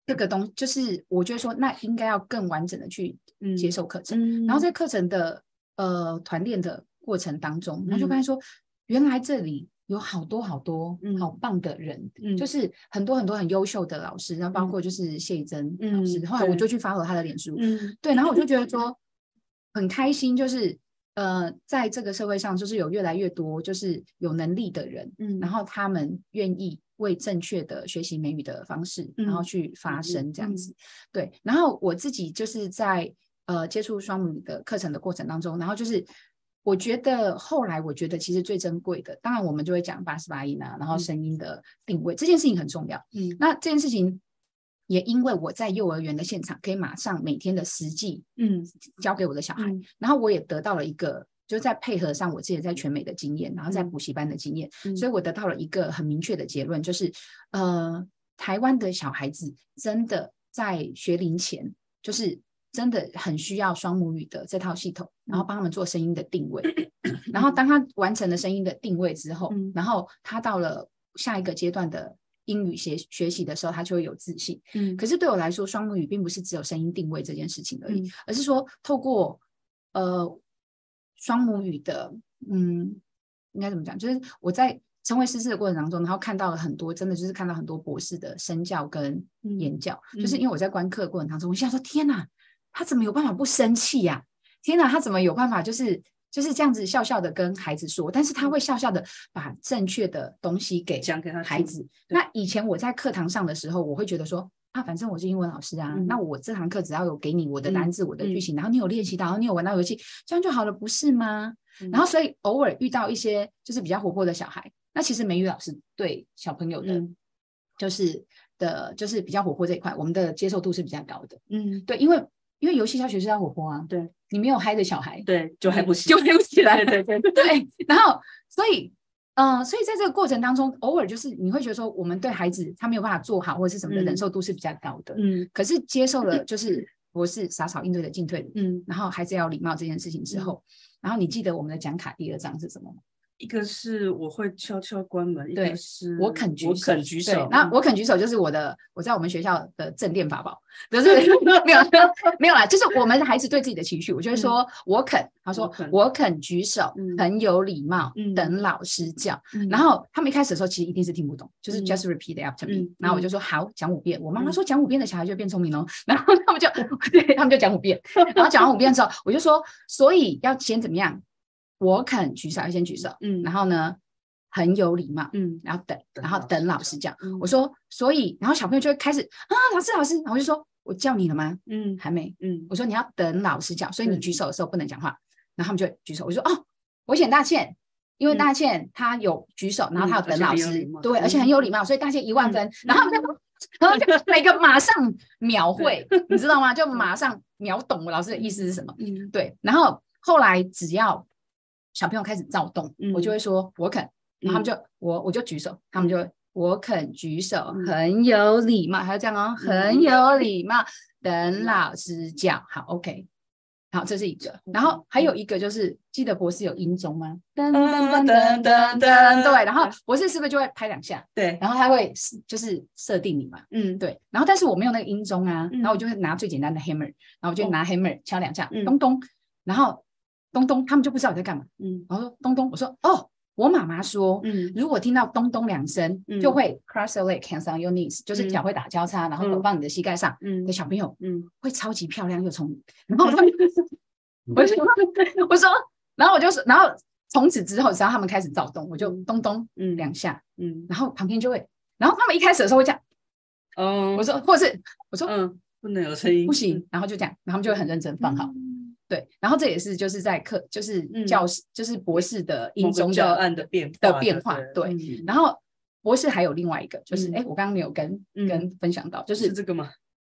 这个东就是，我觉得说，那应该要更完整的去
嗯
接受课程。
嗯
然后在课程的呃团练的过程当中，然后就发现说，原来这里有好多好多
嗯
好棒的人，
嗯
就是很多很多很优秀的老师，然后包
嗯
括就是谢珍老师，
嗯
后来我
对
就去 follow 他的脸书，
嗯
对，然后我就 觉得说很开心，就是呃，在这个社会上，就是有越来越多就是有能力的人，
嗯
然后他们愿意为正确的学习美语的方式，然后
嗯
去发
嗯
声这样
嗯
子。对，然后我自己就是在呃接触双母语的课程的过程当中，然后就是。我觉得后来，我觉得其实最珍贵的，当然我们就会讲八十八音啊，然后
嗯
声音的定位、这件事情很重要。
嗯
那这件事情也因为我在幼儿园的现场，可以马上每天的实际
嗯
教给我的小孩，
嗯
然后我也得到了一个，就在配合上我自己在全美的经验，然后在
嗯
补习班的经验，
嗯
所以我得到了一个很明确的结论，就是呃，台湾的小孩子真的在学龄前，就是真的很需要双母语的这套系统，
嗯
然后帮他们做 声音的定位，然后当他完成了声音的定位之后，
嗯
然后他到了下一个阶段的英语学学习的时候，他就会有自信。
嗯
可是对我来说，双母语并不是只有声音定位这件事情而已，
嗯
而是说透过呃双母语的，嗯，应该怎么讲？就是我在成为师资的过程当中，然后看到了很多，真的就是看到很多博士的身教跟
嗯
言教，就是
嗯
因为我在观课的过程当中，我想说，天哪，他怎么有办法不生气呀、天哪，他怎么有办法就是？就是这样子笑笑的跟孩子说，但
嗯
是他会笑笑的把正确的东西给
讲给他
孩
听
子。
对
那以前我在课堂上的时候，我会觉得说啊，反正我是英文老师啊，
嗯
那我这堂课只要有给你我的
嗯
单字、我的句
嗯
型，然后你有练习到，然后你有玩到游戏，这样就好了，不是吗？
嗯
然后所以偶尔遇到一些就是比较活泼的小孩，那其实美语老师对小朋友的，
嗯
就是的，就是比较活泼这一块，我们的接受度是比较高的。
嗯，
对，因为因为游戏教学是要活泼啊，
对，
你没有嗨的小孩，
嗯 对，就还不行，
就嗨不起来，
对 对对，
对，然后所以，嗯、所以在这个过程当中，偶尔就是你会觉得说，我们对孩子他没有办法做好或者是什么的
嗯
忍受度是比较高的，
嗯
可是接受 了就是我是傻草应对的进退，
嗯
然后孩子要有礼貌这件事情之
嗯
后，然后你记得我们的讲卡第二章是什么吗？
一个是我会悄悄关门，一
对
个是
我肯举
我
手，
肯举
对
手，
那
嗯
我肯举手就是我的，我在我们学校的镇店 法宝，就是 没有没有啦，就是我们的孩子对自己的情绪，我就会说我肯，
嗯
他
我
说
肯
我肯举手
嗯，
很有礼貌
嗯，
等老师教。
嗯
然后他们一开始的时候其实一定是听不懂，就是
嗯
just repeat it after me，
嗯
然后我就
嗯
说好，讲五遍。我妈妈
嗯
说讲五遍的小孩就会变聪明哦，然后他们就 对他们就讲五遍，然后讲完五遍之后，我就说所以要先怎么样？我肯举手，要先举手，
嗯
然后呢很有礼貌，
嗯
然后等，
等
然后
老师
等老
教
师讲。
嗯
我说，所以，然后小朋友就会开始啊，老师，老师，然后我就说，我叫你了吗？
嗯
还没。
嗯
我说你要等老师讲，所以你
对
举手的时候不能讲话。然后他们就会举手，我就说哦，我选大倩，因为
嗯
大倩她有举手，然后
嗯
她有等
而且
老
很有
师
礼貌，
对，而且很有礼貌，所以大倩一万
嗯
分。 然后他们就，然后就每个马上秒会，你知道吗？就
嗯
马上秒懂我老师的意思是什么。
嗯
对，然后后来只要小朋友开始躁动，我
嗯
就会说我肯，然后他们就、我我就举手，他们就会我肯举手，
嗯
很有礼貌，还要这样哦，很
嗯
有礼貌，等老师讲，好，OK。好，这是一个，
嗯
然后还有一个就是，记得博士有音钟吗？噔噔噔噔噔噔，对，然后
嗯
博士是不是就会拍两下，
对
然后他会就是设定你嘛，
嗯
对，然后但是我没有那个音钟啊，
嗯
然后我就会拿最简单的 hammer，然后我就
哦
拿 hammer 敲两下，
嗯
咚咚，然后咚咚，他们就不知道我在干嘛，
嗯
然后说咚咚，我说哦，我妈妈说，
嗯
如果听到咚咚两声，就
嗯
会 cross your leg, hands on your knees，就是
嗯
脚会打交叉，然后
嗯
手放你的膝盖上
嗯
的小朋友
嗯
会超级漂亮又聪明，然后他
嗯
们 我就我说，然后我就说，然后从此之后，只要他们开始躁动，我就
嗯
咚咚
嗯
两下，
嗯
然后旁边就会，然后他们一开始的时候会这样，
哦
我说，或是我说。
嗯不能有声音，
不行，然后就这样，然后他们就会很认真放好。
嗯
对，然后这也是就是在课，就是
嗯
教师，就是博士的
某
音
个
中
教
的
案的变化
的变化。对，
嗯
然后博士还有另外一个，就是
嗯
哎、诶我刚刚没有跟、
嗯
跟分享到，就是是
这个吗？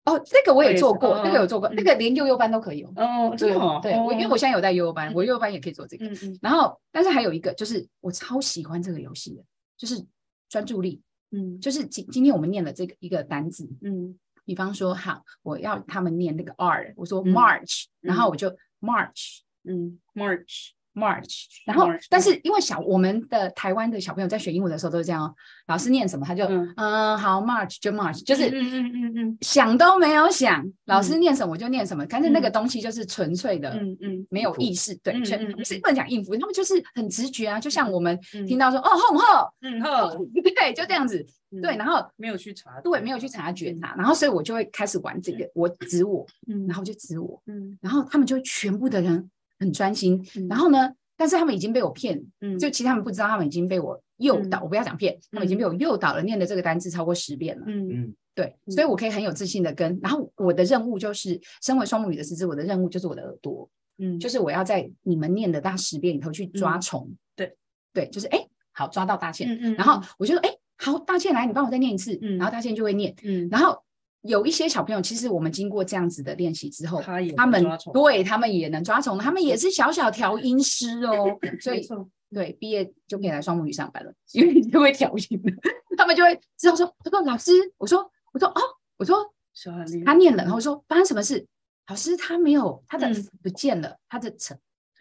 哦，这个我
我
也
也
做
是
过，
哦
那个有做过，那
嗯
个连幼幼班都可以哦。
哦，这
对
个好，
对，我因为我现在有在幼幼班，我幼幼班也可以做这个。
嗯嗯
然后，但是还有一个就是我超喜欢这个游戏的，就是专注力，
嗯
就是今今天我们念了这个一个单字，
嗯
比方说，好，我要他们念那个 R，我说
嗯
March，、然后
嗯
我就 March。
嗯
March
March，然后
March，嗯
但是因为小我们的台湾的小朋友在学英文的时候都是这样哦，老师念什么他就嗯
嗯
好 March 就 March，
嗯
就是
嗯嗯嗯
想都没有想，老师
嗯
念什么我就念什么，但是那
嗯
个东西就是纯粹的
嗯嗯
没有意识，对，
嗯
所以
嗯
不是
嗯
不能讲应付，他们就是很直觉啊，就像我们
嗯
听到说哦哄吼，
嗯呵
对，就这样子，
嗯
对，然后
嗯没有去查，
对没有去察觉它，然后所以我就会开始玩这个我指我，
嗯
然后我就指我，
嗯
然后他们就全部的人很专心，
嗯
然后呢，但是他们已经被我骗
嗯
就其实他们不知道，他们已经被我诱导，
嗯
我不要讲骗，他们已经被我诱导了，念的这个单词超过十遍了。
嗯
嗯，
对，
嗯
所以我可以很有自信的跟。然后我的任务就是，身为双母语的师资，我的任务就是我的耳朵，
嗯
就是是我要在你们念的那十遍里头去抓
嗯
虫。
对，
对，就是哎，好抓到大倩，
嗯嗯
然后我就说哎，好，大倩来，你帮我再念一次，
嗯
然后大倩就会念。
嗯
然后有一些小朋友，其实我们经过这样子的练习之后，
他也
他
能
们
抓虫
对他们也能抓虫，他们也是小小调音师 哦，所
没
以
错
对，毕业就可以来双母语上班了，因为你就会调音了， 他们就会知道说，他说老师，我说我说哦，我说
小很厉害，
他念了，然后我说发生什么事？老师他没有他的
嗯
不见了，他的成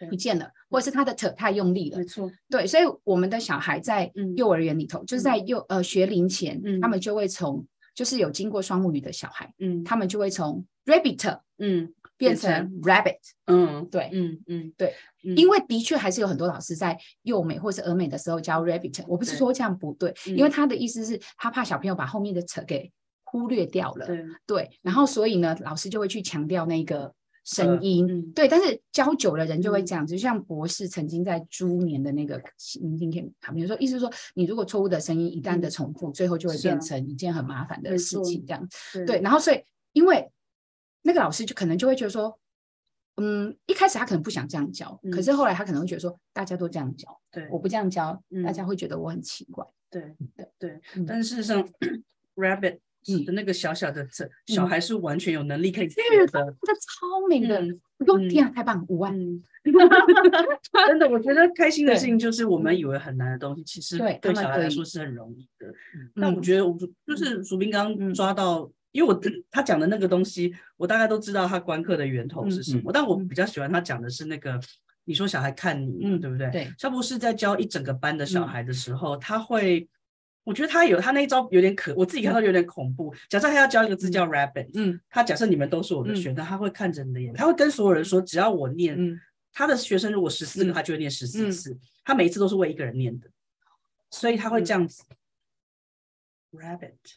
不见了，或者是他的扯太用力了
没。错，
对，所以我们的小孩在
嗯
幼儿园里头，就是在幼呃学龄前，
嗯
他们就会从就是有经过双母语的小孩，
嗯
他们就会从 rabbit
嗯变
变成 rabbit，
嗯，
对
嗯嗯，
对
嗯，
因为的确还是有很多老师在幼美或是俄美的时候教 rabbit，我不是
对
说这样不对，
嗯
因为他的意思是他怕小朋友把后面的扯给忽略掉了，
对
对，然后所以呢，老师就会去强调那个
呃
声音，
嗯
对，但是教久了人就会
嗯
这样，就像博士曾经在猪年的那个明天片旁边说，意思是说你如果错误的声音一旦的
嗯
重复，最后就会
是
变
啊
成一件很麻烦的
没
事
错
情，这样对。然后所以因为那个老师就可能就会觉得说，嗯，一开始他可能不想这样教，可
嗯
是后来他可能会觉得说，大家都这样教，
对
我不这样教，大
嗯
家会觉得我很奇怪，
对
对
对
嗯，
但是事实上，rabbit
嗯
的那个小小的这小
嗯
孩是完全有能力可以学
对
的，
这超美的，
嗯
哟、天啊，
嗯
太棒，五万，
嗯， 真的，我觉得开心的
对嗯
事情就是我们以为很难的东西，其实
对
对
他
小
们
孩
可
来
以
说是很容易的。那我
嗯
觉得我就就是鼠兵刚抓到，因为我他讲的那个东西，我大概都知道他观课的源头是什
嗯
么，但我
嗯
比较喜欢他讲的是那个。你说小孩看你嘛，
嗯
对不对？
对，
肖博士在教一整个班的小
嗯
孩的时候，他会，我觉得他有他那一招有点可，我自己看到有点恐怖。假设他要教一个字叫 rabbit，
嗯
他假设你们都是我的
嗯
学生，他会看着你的眼，他会跟所有人说，只要我念，
嗯
他的学生如果十四
嗯
个，他就会念十
嗯嗯
四次，他每一次都是为一个人念的，所以他会这样子、r a b b i t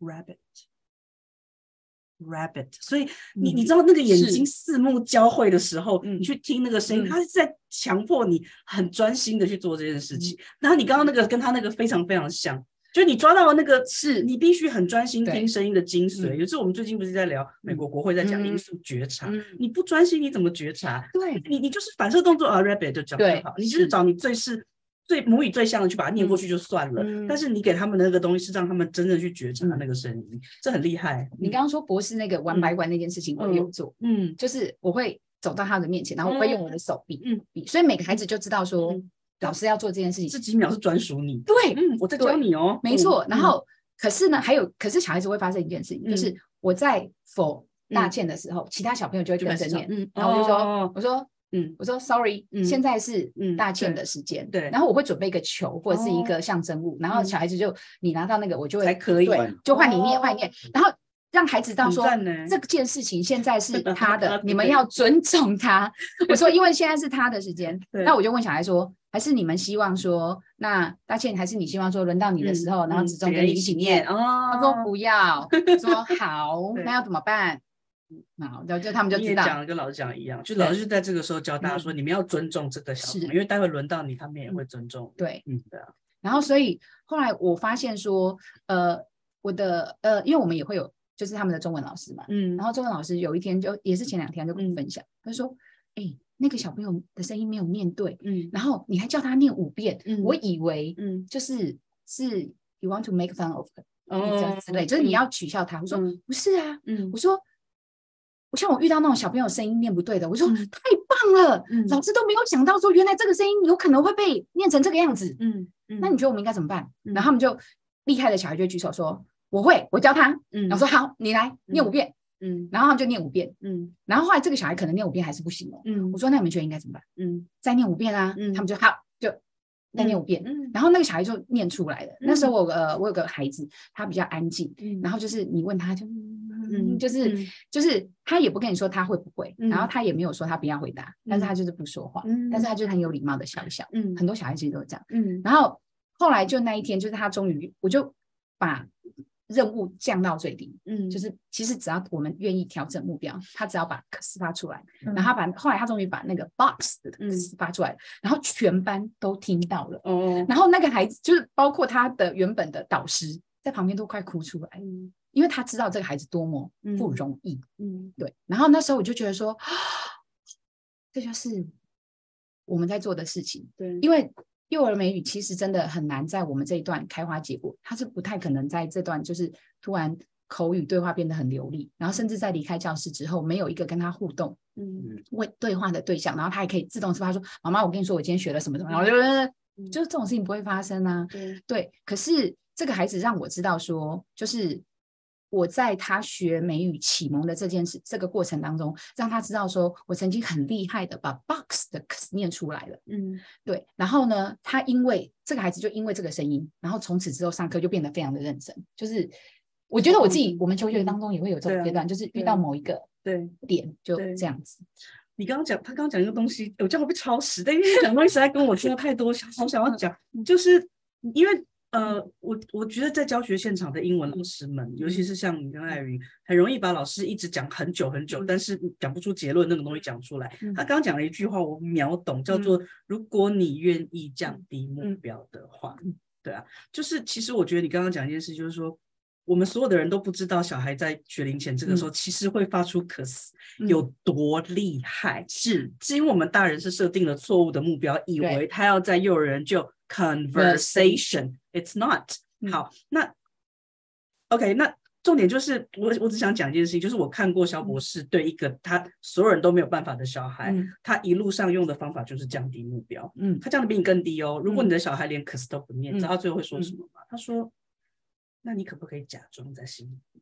rabbit。Rabbit，所以你
嗯
你知道那个眼
是
睛四目交汇的时候，
嗯
你去听那个声音，
嗯
他是在强迫你很专心的去做这件事
嗯
情。然后你刚刚那个跟他那个非常非常像，就你抓到的那个
是
你必须很专心
对
听声音的精髓。
嗯
有时候我们最近不是在聊美国国会在讲
嗯
因素觉察，
嗯，
你不专心你怎么觉察？
对，
你你就是反射动作啊，rabbit 就讲
对
就好，你就是是找你最是最母语最像的去把它念过
嗯
去就算了。
嗯
但是你给他们的那个东西是让他们真正去觉察
嗯
那个声音，这很厉害。
你刚刚说博士那个玩白管那件事情，我有做，
嗯
就是我会走到他的面前，然后我会用我的手比
嗯
比，所以每个孩子就知道说
嗯
老师要做这件事
这
情。
几秒是专属你的。
对，
嗯，我在教
对
你哦，
没
嗯
错。然
嗯
后可是呢，还有可是小孩子会发生一件事情，就是我在否大
嗯
件的时候，其他小朋友就会
就
跟
开
着
始
念，
嗯，
然后我就说
哦，
我说
嗯
我说 sorry，
嗯
现在是
嗯
大件
对
的时间，
对
然后我会准备一个球或者是一
哦
个象征物，然后
嗯
小孩子就你拿到那个，我就会
才可以
对，就换你念
哦
换你念，然后让孩子知道
很
说
赞呢
这件事情现 在是他的，你们
对
要尊重他。我说因为现在是他的时间，
对
那我就问小孩说。还是你们希望说，那大倩，还是你希望说轮到你的
嗯
时候，然后子中跟你一起念，
哦。
他说不要，我说 好，
对
那要怎么办？嗯好，然后就他们就
你
知
也讲
道，嗯
的跟老师讲的一样，就老师就在这个时候教大家说，你们要尊重这个小朋友，
是
因为待会轮到你，他们也会尊重。，
对。
嗯，对啊，
然后所以后来我发现说，呃，我的呃，因为我们也会有就是他们的中文老师嘛，
嗯
然后中文老师有一天就也是前两天就跟我分享，他就说：“哎、那个小朋友的声音没有念对，
嗯
然后你还叫他念五遍，
嗯
我以为
嗯，
就是是 you want to make fun of her，
哦
之类，就是你
嗯
要取笑他。”我说：“
嗯
不是啊，
嗯
我说。”我像我遇到那种小朋友声音念不对的，我说、
嗯
太棒了，
嗯
老师都没有想到说原来这个声音有可能会被念成这个样子。
嗯嗯
那你觉得我们应该怎么办？
嗯
然后他们就厉害的小孩就举手说：“我会，我教他。”
嗯
然后说：“好，你来念五
嗯
遍。
嗯
然后他们就念五遍，
嗯
然后后来这个小孩可能念五遍还是不行哦。
嗯
我说：“那你们觉得应该怎么办？
嗯
再念五遍啊？”
嗯
他们就好，就再念五遍。
嗯
然后那个小孩就念出来了。那时候我有个呃，我有个孩子，他比较安静，
嗯
然后就是你问他就，嗯，就是、
嗯
就是他也不跟你说他会不会，
嗯
然后他也没有说他不要回答，但是他就是不说话，
嗯
但是他就是很有礼貌的笑一笑。
嗯
很多小孩其实都是这样。
嗯
然后后来就那一天，就是他终于，我就把任务降到最低，
嗯
就是其实只要我们愿意调整目标，他只要把可斯发出来，然后他把后来他终于把那个 box 的可
嗯
斯发出来，然后全班都听到了，
哦
然后那个孩子就是包括他的原本的导师在旁边都快哭出来，
嗯
因为他知道这个孩子多么不
嗯
容易，
嗯
对，然后那时候我就觉得说， 这就是我们在做的事情。
对
因为幼儿美语其实真的很难在我们这一段开花结果，它是不太可能在这段就是突然口语对话变得很流利，然后甚至在离开教室之后没有一个跟他互动
嗯
为对话的对象，然后他还可以自动自发说：“妈妈，我跟你说，我今天学了什么什么。”然后就
嗯
就是这种事情不会发生啊。
对
对，可是这个孩子让我知道说，就是我在他学美语启蒙的这件事这个过程当中，让他知道说我曾经很厉害的把 box 的 x 念出来了。
嗯，
对，然后呢，他因为这个孩子就因为这个声音，然后从此之后上课就变得非常的认真。就是我觉得我自己，我们求学当中也会有这
对啊
种阶段，就是遇到
对
某一个
对
点就
对
这样子。
你刚刚讲，他刚刚讲一个东西，我这样会不会超时？但因为这讲东西实在跟我听的太多，想好想
嗯
要讲，就是因为呃，我我觉得在教学现场的英文老师们，尤其是像你跟艾云，很容易把老师一直讲很久很久，但是讲不出结论那种东西讲出来。
嗯
他刚刚讲了一句话，我秒懂，叫做“如果你愿意降低目
嗯
标的话”，对啊，就是其实我觉得你刚刚讲一件事，就是说。我们所有的人都不知道，小孩在学龄前这
嗯
个时候，其实会发出可思
嗯
有多厉害，是是因为我们大人是设定了错误的目标，以
对
为他要在幼儿园就 conversation，it's not、
嗯
好。那 OK，那重点就是我我只想讲一件事情，就是我看过肖博士对一个他所有人都没有办法的小孩，
嗯
他一路上用的方法就是降低目标，
嗯
他降的比你更低哦。如果
嗯
你的小孩连可是都不念，你知道
嗯
他最后会说什
嗯
么吗？他说：“那你可不可以假装在心里，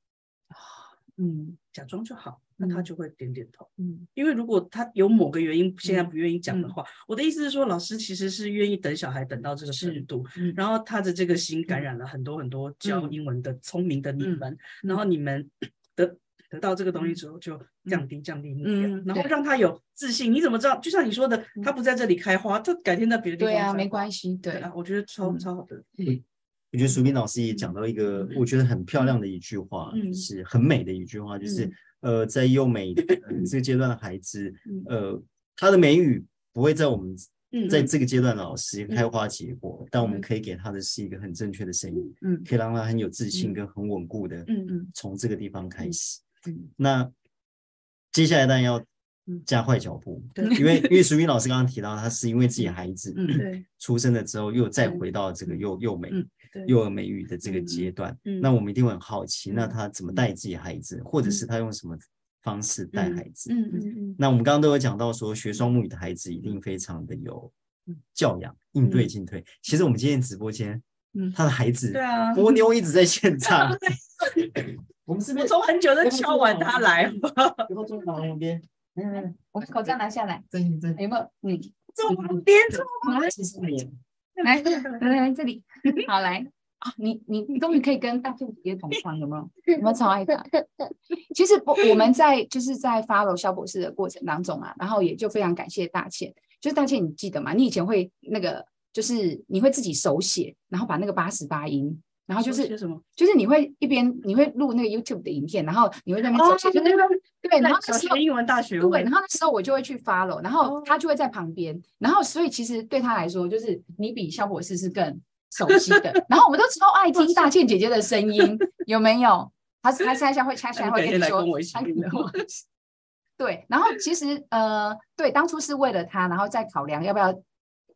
嗯
假装就好？”那他
嗯
就会点点头。
嗯
因为如果他有某个原因现在
嗯
不愿意讲的
嗯
话，我的意思是说，老师其实是愿意等小孩等到这个
是
程度，
嗯
然后他的这个心感染了很多很多教
嗯
英文的聪明的你
嗯
们，然后你们 得得到这个东西之后，就降低降低目标，
嗯
然后
对
让他有自信。你怎么知道？就像你说的，他不在这里开花，他改天在别的地方
对啊，
开
没
花
关系，
对
对
啊，，我觉得超
嗯
超好的，
我觉得苏斌老师也讲到一个我觉得很漂亮的一句话，
嗯
就是很美的一句话，就是
嗯
呃，在幼美呃这个阶段的孩子
嗯，
呃，他的美语不会在我们
嗯
在这个阶段的老师
嗯
开花结果，但我们可以给他的是一个很正确的声音，
嗯
可以让他很有自信
嗯
跟很稳固的
嗯
嗯
从这个地方开始。
嗯
那接下来当然要
嗯
加快脚步，
对
因为因为苏斌老师刚刚提到，他是因为自己孩子
嗯
对
出生了之后，又再回到这个幼幼美
嗯
对
幼儿美语的这个阶段，
嗯
那我们一定会很好奇，那
嗯
他怎么带自己孩子，或者是他用什么方式带
嗯
孩子？
嗯
嗯
那我们刚刚都有讲到说，学双母语的孩子一定非常的有
嗯
教养，应对进退。其实我们今天直播间，
嗯
他的孩子
对啊
波妞一直在 现场， 我们这边
我从很久在
要不
敲
就
完
好
他
了
来，
不要坐到旁边，来来来，
我把口罩拿下来，
真行真行。
有没有？嗯，
坐旁边，坐旁
来
边
其实也
来来来这 里，好来。啊你你 你终于可以跟大肚爷同框，有没 有？有没有超爱他？其实我我们在就是在 follow 肖博士的过程当中啊，然后也就非常感谢大倩，就是大倩你记得吗？你以前会那个，就是你会自己手写，然后把那个八十八音，然后就
说
是
些什么？
就是你会一边你会录那个 YouTube 的影片，然后你会在那边手写，就是哦对，然后
小
那时候
学英文大学
对，
问
然，后那时候我就会去 follow，然后
哦
他就会在旁边，然后所以其实对他来说，就是你比肖博士是更熟悉 的。然后我们都超爱听大倩姐姐的声音，有没有？他他现在会恰恰
那你改
会
天
跟你
来
说，
跟我一起
她
录
跟我一起 对，然后其实呃，对，当初是为了他，然后再考量要不要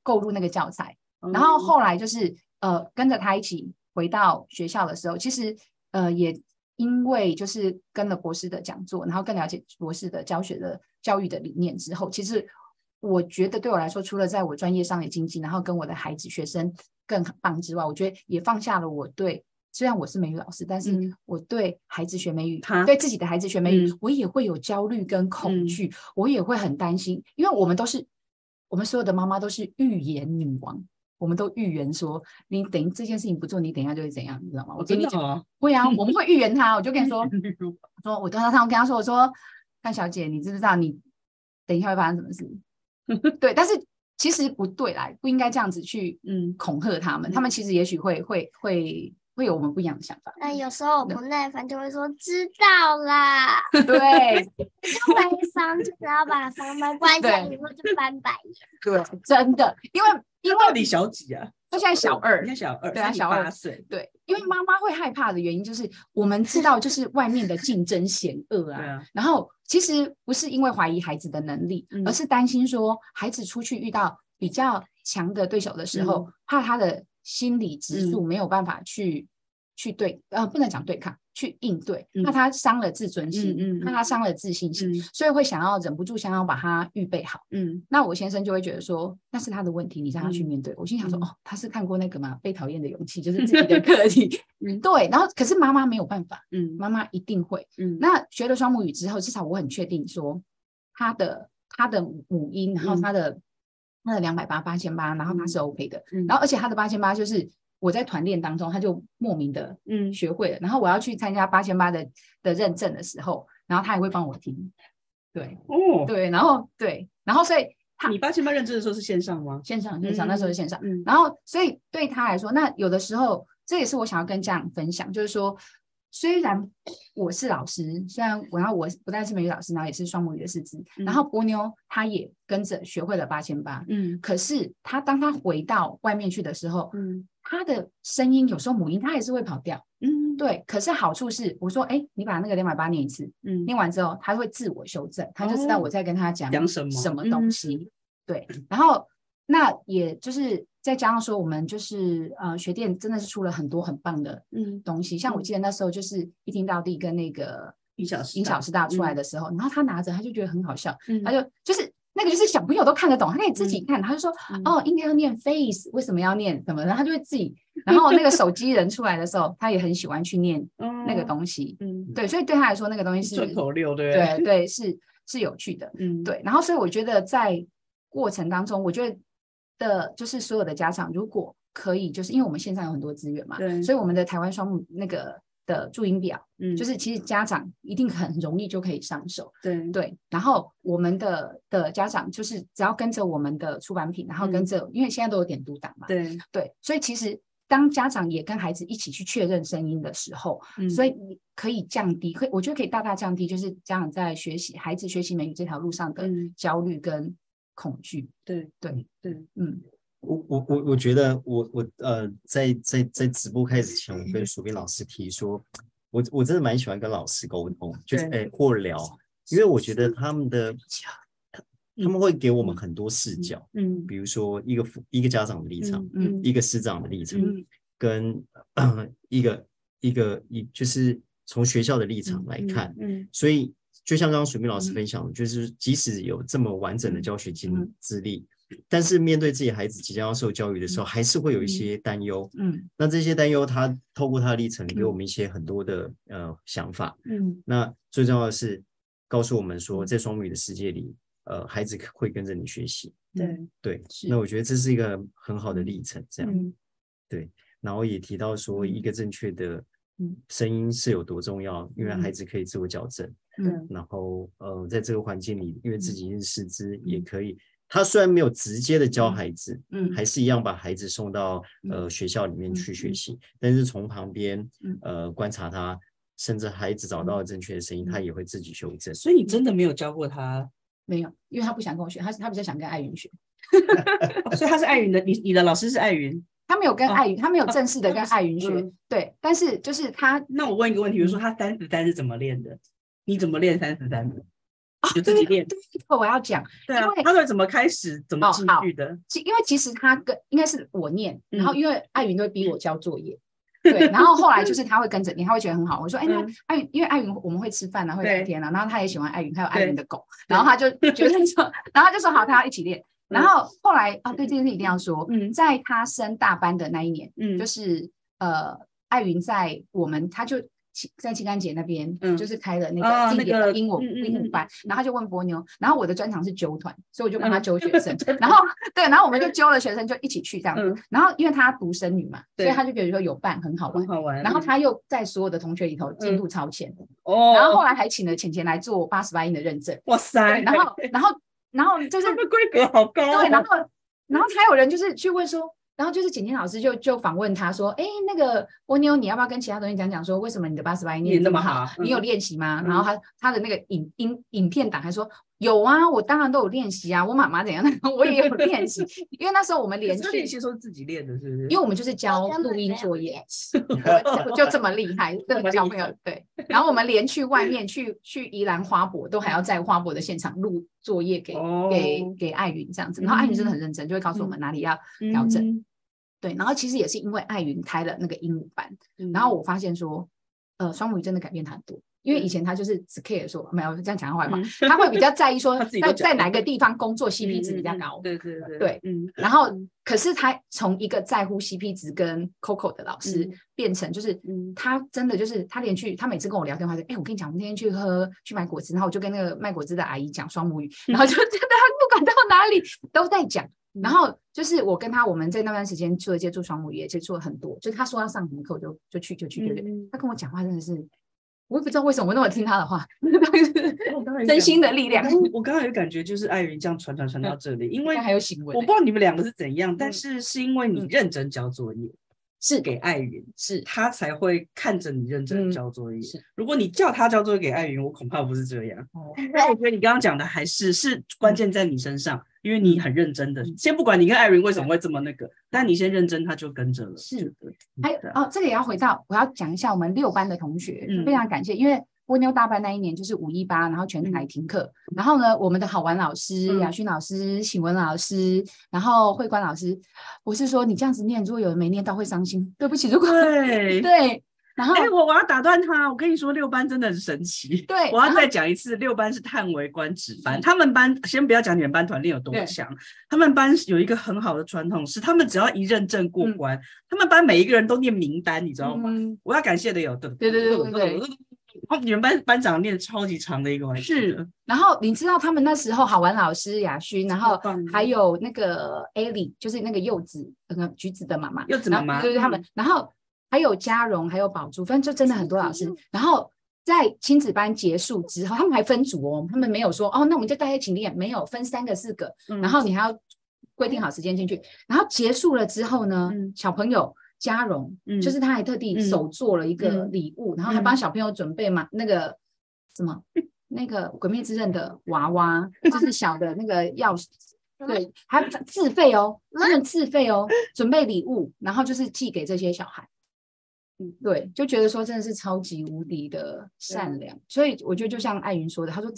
购入那个教材，
嗯
然后后来就是呃，跟着他一起回到学校的时候，其实呃也因为就是跟了博士的讲座，然后更了解博士的教学的教育的理念之后，其实我觉得对我来说，除了在我专业上的精进，然后跟我的孩子学生更棒之外，我觉得也放下了我对。虽然我是美语老师，但是
嗯
我对孩子学美语，
他
对自己的孩子学美语，
嗯
我也会有焦虑跟恐
嗯
惧，我也会很担心，因为我们都是，我们所有的妈妈都是预言女王，我们都预言说，你等这件事情不做，你等一下就会怎样，你知道吗？我
我
跟
真
你
的
讲，
哦
会啊，我们会预言她。我就跟你 说，
嗯
我说我跟她，我跟她说，我说，看小姐，你知不知道你等一下会发生什么 事？对，但是其实不对啦，不应该这样子去
嗯
恐吓他们，他们其实也许会会会会有我们不一样的想法。
那有时候我不耐烦就会说知道啦，
对
就没房子，然后把房门关上以后就翻白眼。
对，真的，因为因为
到底小几啊？
她现在小二
人，家小二，
对啊
才
小二
18岁，
对，因为妈妈会害怕的原因就是我们知道，就是外面的竞争险恶
对
啊。
啊，
然后其实不是因为怀疑孩子的能力，
嗯
而是担心说孩子出去遇到比
嗯
较强的对手的时候，怕他的心理指数没有办法去去对，呃，不能讲对抗，去应对。
嗯
那他伤了自尊心，
嗯嗯嗯
那他伤了自信心，
嗯
所以会想要忍不住想要把它预备好。
嗯
那我先生就会觉得说，那是他的问题，你让他去
嗯
面对。我心想说，
嗯
哦，他是看过那个嘛，《被讨厌的勇气》，就是自己的课题。
嗯
对，然后可是妈妈没有办法，
嗯
妈妈一定会。
嗯
那学了双母语之后，至少我很确定说，他的他的母音，然后
嗯
他的、他的两百八八千八，然后他是 OK 的。
嗯
然后而且他的八千八就是我在团练当中，他就莫名的
嗯
学会了。然后我要去参加八千八的的认证的时候，然后他也会帮我听。对
哦，
对，然后对，然后所以他
你八千八认证的时候是线上吗？
线上线上、那时候是线上，
嗯
然后所以对他来说，那有的时候这也是我想要跟家长分享，就是说，虽然我是老师，虽然我然后我不但是美语老师，然后也是双母语的师资，然后伯牛他也跟着学会了八千八，
嗯
可是他当他回到外面去的时候，
嗯
他的声音有时候母音他还是会跑掉，
嗯
对。可是好处是，我说，哎，你把那个两百八念一次，
嗯
念完之后他会自我修正，他就知道
哦
我在跟他讲
讲什么
什么
嗯
东西，对。然后那也就是再加上说，我们就是呃学店真的是出了很多很棒的
嗯
东西，像我
嗯
记得那时候就是一听到地跟那个
影响师
影
大
响师大出
嗯
来的时候，然后他拿着他就觉得很好笑，
嗯
他就就是那个就是小朋友都看得懂，他可以自己看，他就说
嗯
哦，应该要念 face，为什么要念什么？然后他就会自己，然后那个手机人出来的时候，他也很喜欢去 念那个东西，
嗯
对，所以对他来说那个东西是
顺口溜对不
对对是是有趣的，
嗯
对。然后所以我觉得在过程当中，我觉得的就是所有的家长如果可以，就是因为我们线上有很多资源嘛，
对
所以我们的台湾双母那个的注音表，
嗯
就是其实家长一定很容易就可以上手。
对
对，然后我们的的家长就是只要跟着我们的出版品，然后跟着，因为现在都有点读档嘛，
嗯对
对所以其实当家长也跟孩子一起去确认声音的时候，
嗯
所以你可以降低，可以我觉得可以大大降低，就是家长在学习孩子学习美语这条路上的
嗯
焦虑跟恐惧。
对
对，
对
嗯，
我我我我觉得我我呃，在在在直播开始前，我跟薯斌老师提说，我我真的蛮喜欢跟老师沟通，就是
对
哎或聊，因为我觉得他们的他们会给我们很多视角，
嗯
比如说一个父一个家长的立场，
嗯
一个师长的立场，
嗯
跟、 呃一个一个一就是从学校的立场来看，
嗯
所以就像刚刚水蜜老师
嗯
分享的，就是即使有这么完整的教学经
嗯
资历，但是面对自己孩子即将要受教育的时候，还是会有一
嗯
些担忧。
嗯
那这些担忧，他透过他的历程，给
嗯
我们一些很多的呃想法。
嗯
那最重要的是，告诉我们说，在双语的世界里，呃，孩子会跟着你学习。
嗯
对嗯
对，
是
那我觉得这是一个很好的历程，这样。
嗯
然后也提到说，
嗯
一个正确的
嗯
声音是有多重要，因为
嗯
孩子可以自我矫正。
嗯
然后呃，在这个环境里，因为自
嗯
己是师资，也
嗯
可以。他虽然没有直接的教孩子，
嗯
还是一样把孩子送到呃学校里面
嗯
去学
嗯
习，但是从旁边
嗯
呃观察他，甚至孩子找到了正确的声音，他
嗯
也会自己修正。
所以你真的没有教过他，
没有，因为他不想跟我学，他他比较想跟艾云学，
哦所以他是艾云的，你你的老师是艾云。
他没有跟
哦
艾云，他没有
哦
正式的
他
跟
不是
艾云学，
嗯
对，但是就是他
那我问一个问题，比如
嗯
说他三十三是怎么练的？你怎么练三十三的？就自己练，
这个我要讲，
对啊
哦因，为
他是怎么开始，怎么
哦
进
好
去的？
其因为其实他跟应该是我念，
嗯
然后因为艾云都会逼我交作业，对，然后后来就是他会跟着念，他会觉得很好。我说，哎，那
嗯
艾云，因为艾云我们会吃饭啊，会
对
聊天啊，然后他也喜欢艾云，还有艾
对
云的狗，然后他就觉得说，然后他就说好，他要一起练。然后后来啊，对这件事一定要说，
嗯
在他升大班的那一年，
嗯
就是呃，艾云在我们他就。清在清安节那边，
嗯
就是开了那
哦
个自己
那
的
个
英文
嗯嗯
英
嗯
文班，然后他就问波妞，然后我的专长是纠团，所以我就帮他
嗯
纠学 生，然后对，然后我们就揪了学生就一起去这样子。
嗯，
然后因为她独生女嘛，所以
对
她就觉得说有伴很好玩
很。好玩。
然后她又在所有的同学里头进度超前，
嗯哦，
然后后来还请了浅浅来做八十八音的认证。
哇塞，
对然后然后然后就是
哎他们规格好高哦，
对，然后然后还有人就是去问说。然后就是简简老师就就访问他说：“哎，那个蜗牛，你要不要跟其他同学讲讲说，为什么你的八十八音
念
念
那
那
么
么好
好？
你有
嗯
练习吗？”
嗯
然后他他的那个影影影片档还说：“有啊，我当然都有练习啊，我妈妈怎样， 我也有练习。”因为那时候我们连
他
续
练习的时候自己练的，是不是？
因为我们就是
哦
教
根
录
本
音
没有
作业，我 就这么厉害， 这
么
个
厉
小朋
害
友对。然后我们连去外 面去去宜兰花博，都还要在花博的现场录作业给、
哦
给给艾云这样子。然后艾云真的很认真，就会告诉我们哪里要调整。
嗯
对，然后其实也是因为艾云开了那个英语班，然后我发现说，呃，双母语真的改变很多。因
嗯
为以前他就是只 care 说没有这样讲坏话，他会比较在意说
他自己都
在
讲
在哪一个地方工作 CP 值比较
嗯嗯嗯嗯
高，
对对对
对
嗯，
然后可是他从一个在乎 CP 值跟 Coco 的老师
嗯
变成就是
嗯
他真的就是他连去他每次跟我聊天，他就哎、我跟你讲，我们那天去喝去买果汁，然后我就跟那个卖果汁的阿姨讲双母语，然后就觉得他不管到哪里都在讲。
嗯
然后就是我跟他，我们在那段时间除了接触双母语，也接触了很多。就是他说要上什么课，我就就去就去就去。
嗯嗯
他跟我讲话真的是，我也不知道为什么我那么听他的话， 但是
哦我刚才有
真
感
心的力
我
量。嗯
刚我刚刚有感觉，就是艾云这样传传传到这里，因为
但还有欸行为
我不知道你们两个是怎样，但
嗯
是是因为你
嗯
认真交作业，
是
给艾云，
是
他才会看着你认真
嗯
交作业
是。哦
如果你叫他交作业给艾云，我恐怕不是这样。但我觉得你刚刚讲的还是是
嗯
关键在你身上，因为你很认真的。先不管你跟艾云为什么会这么那个，但你先认真，他就跟着了。
是
我觉得，
还有
对啊
哦，这个也要回到，我要讲一下我们六班的同学，
嗯
非常感谢，因为蜗牛大班那一年就是五一八，然后全台停课，然后呢，我们的好玩老师、
嗯
雅勋老师、醒文老师，然后慧关老师，我是说你这样子念，如果有人没念到会伤心，对不起，如果
嗯对。
对，然后
哎、我我要打断他，我跟你说，六班真的很神奇。
对
我要
然后嗯
再讲一次，六班是叹为观止班。他们班先不要讲你们班团练有多
对
强，他们班有一个很好的传统是，他们只要一认证过
嗯
关，他们班每一个人都念名单，你知道吗？
嗯，
我要感谢的有的，
对对对对对
对。哦，你们班班长念超级长的一个，我还记
是
得
然后你知道他们那时候好玩老师雅勋，然
好
后
棒
还有那个 Ellie，就是那个柚子，那个橘子的妈妈，
柚子
然
妈
后
妈，
对对，他们，然后还有嘉荣，还有宝珠，反正就真的很多老师。然后在亲子班结束之后，他们还分组哦，他们没有说哦，那我们就大家请练，没有分三个四个，
嗯，
然后你还要规定好时间进去。然后结束了之后呢，
嗯
小朋友。嘉荣，
嗯
就是他还特地
嗯
手做了一个
嗯
礼物，然后还帮小朋友准备嘛、那个什么那个《鬼灭之刃》的娃娃，就是小的那个钥匙，对，还自费哦，他们自费哦，准备礼物，然后就是寄给这些小孩。嗯，对，就觉得说真的是超级无敌的善良，所以我觉得就像艾云说的，他说，
嗯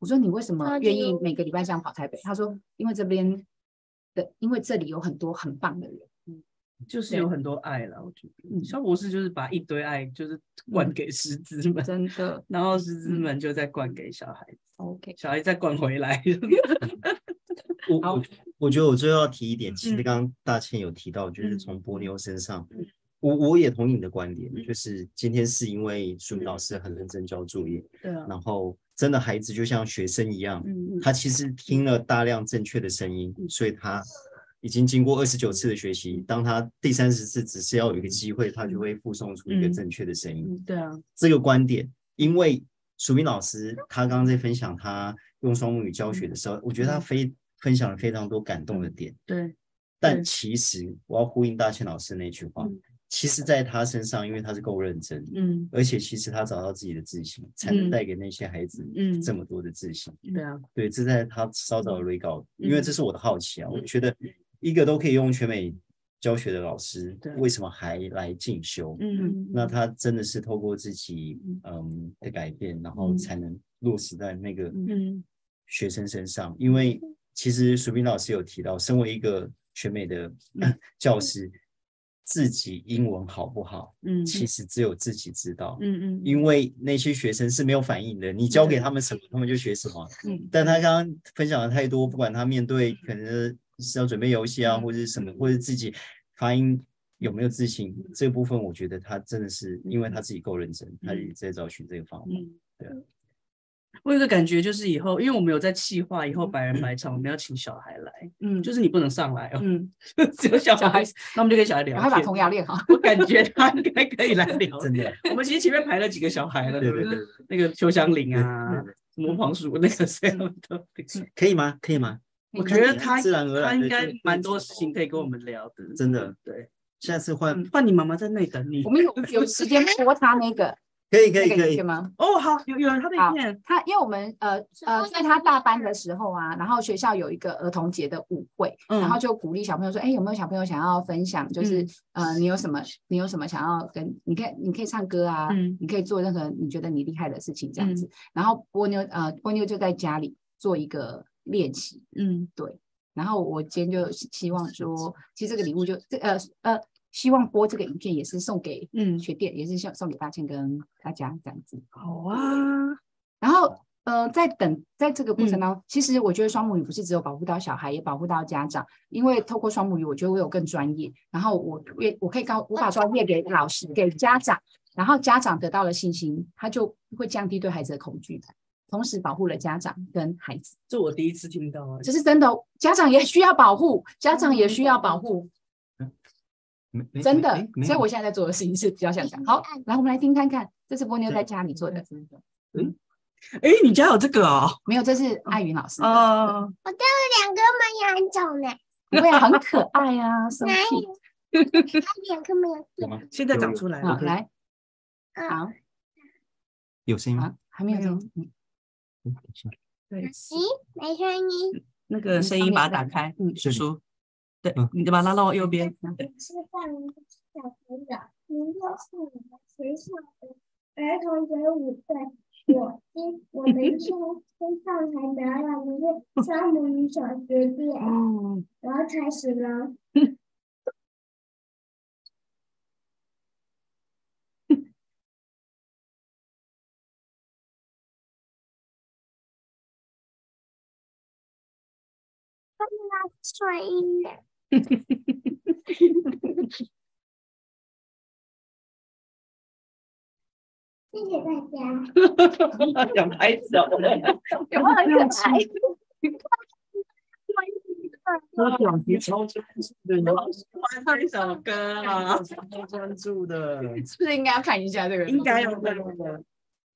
我说你为什么
超级
愿意
无
每个礼拜这样跑台北？他说，因为这边的，因为这里有很多很棒的人。
就是
对
有很多爱了，我觉得
嗯
肖博士就是把一堆爱就是灌
嗯
给师资们，
真的
然后师资
嗯
们就再灌给小孩子，
，OK，
小孩再灌回来。
我
好
我我觉得我最后要提一点，其实
嗯
刚刚大千有提到，就是
嗯
从波妞身上
嗯，
我我也同意你的观点
嗯，
就是今天是因为淑敏
嗯
老师很认真交作业，
对啊，
然后真的孩子就像学生一样，
嗯
他其实听了大量正确的声音，所以他已经经过二十九次的学习，当他第三十次只是要有一个机会，他就会附送出一个
嗯
正确的声音。
嗯，对啊，
这个观点，因为淑敏老师她刚刚在分享她用双母语教学的时候，我
嗯
觉得她非分享了非常多感动的点。
对，
但
对
其实我要呼应大千老师那句话
嗯，
其实在她身上，因为她是够认真，
嗯
而且其实她找到自己的自信，才
嗯
能带给那些孩子
嗯，
这么多的自信。
对啊，
对，这在她稍早的预告，
嗯
因为这是我的好奇啊，我
嗯
觉得一个都可以用全美教学的老师
对，
为什么还来进修？
嗯，
那他真的是透过自己嗯的改变，然后
嗯
才能落实在那个
嗯
学生身上。因为其实淑斌老师有提到，身为一个全美的
嗯
教师，自己英文好不好，
嗯，
其实只有自己知道。
嗯嗯，
因为那些学生是没有反应的，你教给他们什么，他们就学什么。
嗯
但他刚刚分享的太多，不管他面对可能是要准备游戏啊，或者是什么，或者自己发音有没有自信，这部分我觉得他真的是因为他自己够认真，他一直在找寻这个方法。
嗯，对啊。我有个感觉，就是以后，因为我们有在企划，以后百人百场，我们要请小孩来，
嗯，
就是你不能上来哦，
嗯，
只有小
小
孩
孩，
那我们就跟小孩聊
赶快把
天。
童谣练好。
我感觉他应该可以来 聊。
真的，
我们其实前面排了几个小孩了，
对
不
对对，
那个邱香玲啊，什么黄鼠那个谁都，
可以吗？可以吗？
我
嗯
觉得他
自然而
嗯
然
他
的
应该
就
蛮多事情可以跟我们聊的，
真的。
对，
下次换
嗯，换你妈妈在那里等你
我。们有有时间播他那个
可以可
那
以可
个影
以
片，吗？
哦，好，有有他的影
好
片，
他因为我们呃
哦
呃，在他大班的时候啊，然后学校有一个儿童节的舞会，
嗯
然后就鼓励小朋友说，哎，有没有小朋友想要分享？就是
嗯
呃，你有什么，你有什么想要跟？你可以你可以唱歌啊，
嗯
你可以做任何你觉得你厉害的事情这样子。然后波妞呃，波妞就在家里做一个练习，
嗯，
对，然后我今天就希望说，其实这个礼物就这呃呃，希望播这个影片也是送给
嗯
学店，也是送送给八千跟大家这样子。
好啊，
然
哦
后呃，在等在这个过
嗯
程当中，其实我觉得双母语不是只有保护到小孩，也保护到家长，因为透过双母语，我觉得我有更专业，然后我也我可以告我把专业给老师给家长，然后家长得到了信心，他就会降低对孩子的恐惧感，同时保护了家长跟孩子。
这我第一次听到啊，
这是真的哦，家长也需要保护，家长也需要保护，
没没嗯
真
没
的。
没
所以
有
我现在在做的事情是比较想讲，好，来我们来听看看，这是波妞在家里做的，
哎，你家有这个哦？
没有，这是艾云老师的，
哦，
两个门牙哎很丑呢，
不会啊很可爱啊，什么
哪
屁
有？它两个门牙
有吗？
现在长出来
好
了，
来，
嗯
好
有声音吗？
好，还没有
没有
听，嗯
嗯等一下
咦，没声音，
那个声音把它打开，
嗯
叔叔，对
嗯，
你就把它拉到右 边，
是范明小朋友，您就是我们学校的儿童游舞队。我今我们是跟上台表演的是双母语小学店，
哦，
然后开始了。睡衣呢？谢谢大家。
想拍手了，
有没有很可爱？
我表情超专注的，然后
欢一首歌啊，
超专注的，
是不是应该要看一下这个？
应该要这样的，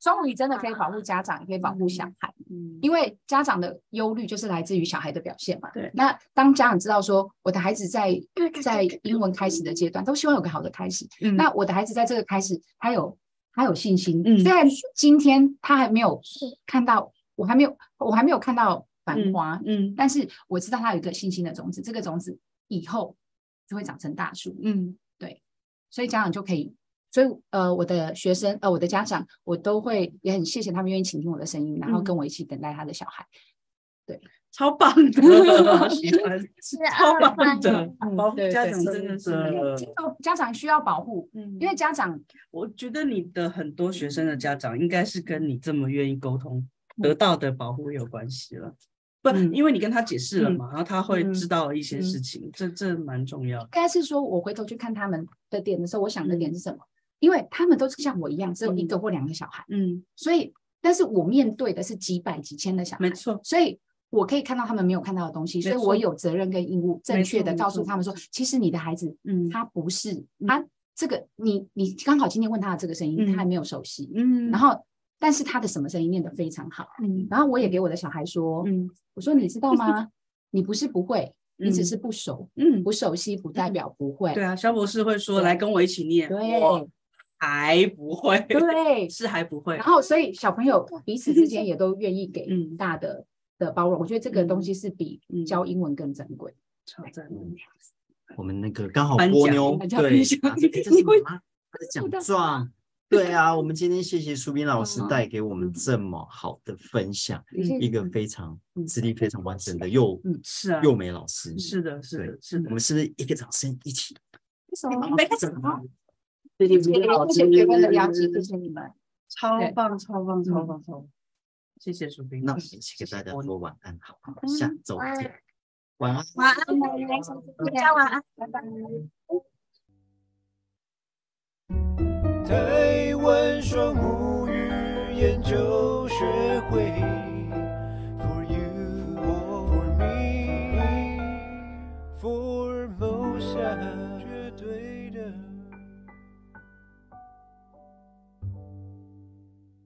双语真的可以保护家长，也可以保护小孩，因为家长的忧虑就是来自于小孩的表现嘛。
对
那当家长知道说我的孩子在在英文开始的阶段，都希望有个好的开始。
嗯
那我的孩子在这个开始，他有他有信心。
嗯
虽然今天他还没有看到，我还没有我还没有看到繁花，
嗯
但是我知道它有一个信心的种子，这个种子以后就会长成大树，
嗯，
所以家长就可以，所以呃，我的学生呃，我的家长，我都会也很谢谢他们愿意倾听我的声音，然后
嗯
跟我一起等待他的小孩。
超棒 的，喜欢，
是
啊
超
二
棒
班
的，保护
对
哦家
嗯对
长真的是
真的
这个家长需要保护，
嗯
因为家长
我觉得你的很多学生的家长应该是跟你这么愿意沟通得到的保护有关系了。不，
嗯
因为你跟他解释了
嗯
嘛，然后他会
嗯
知道一些
嗯
事情，这这蛮重要
应
的。
该是说，我回头去看他们的点的时候，我想的
嗯
点是什么？因为他们都是像我一样，只有一个或两个小孩，
嗯，
所以，但是我面对的是几百几千的小孩，
没错，
所以我可以看到他们没有看到的东西，所以
错
我有责任跟义务正
没
确的
错没
告诉
错
他们说，其实你的孩子，
嗯
他不是他这个，你你刚好今天问他的这个声音，
嗯
他还没有熟悉，
嗯，
然后但是他的什么声音念得非常好，
嗯
然后我也给我的小孩说，
嗯
我说你知道吗？你不是不会，你只
嗯
是不熟，
嗯，
不熟悉不代表不会，
对啊，肖博士会说
对
来跟我一起念，我
对
还不会，
对，
啊
是还不会
然，后，所以小朋友彼此之间也都愿意给
嗯
大的、的包容，我觉得这个东西是比
嗯
教英文更珍贵。
超赞的。
嗯我们那个刚好
颁
波
奖
妞
颁奖
对，
颁奖
啊这这
你
是
会
妈妈的
不
奖
到
状。对啊，我们今天谢谢苏斌老师
嗯
带给我们这么好的分享，
嗯
一个
嗯
非常
嗯
资历非常完整的幼
是啊，
幼美老师。
是的，是
对
的，是
我
的
们。是不是一个掌声一起？
什
没开始吗？
对
谢谢学问的了解，谢谢你们。
超
对
棒，超棒，超
嗯
棒，超棒！谢谢苏斌，
那我们一起
谢
给
谢
大家
波妞
说晚安，好不好？
嗯
下周
晚安
见，晚安。
晚安，晚安，大家晚安，拜拜。
台湾双母语研究学会，For you or for me，Formosa 绝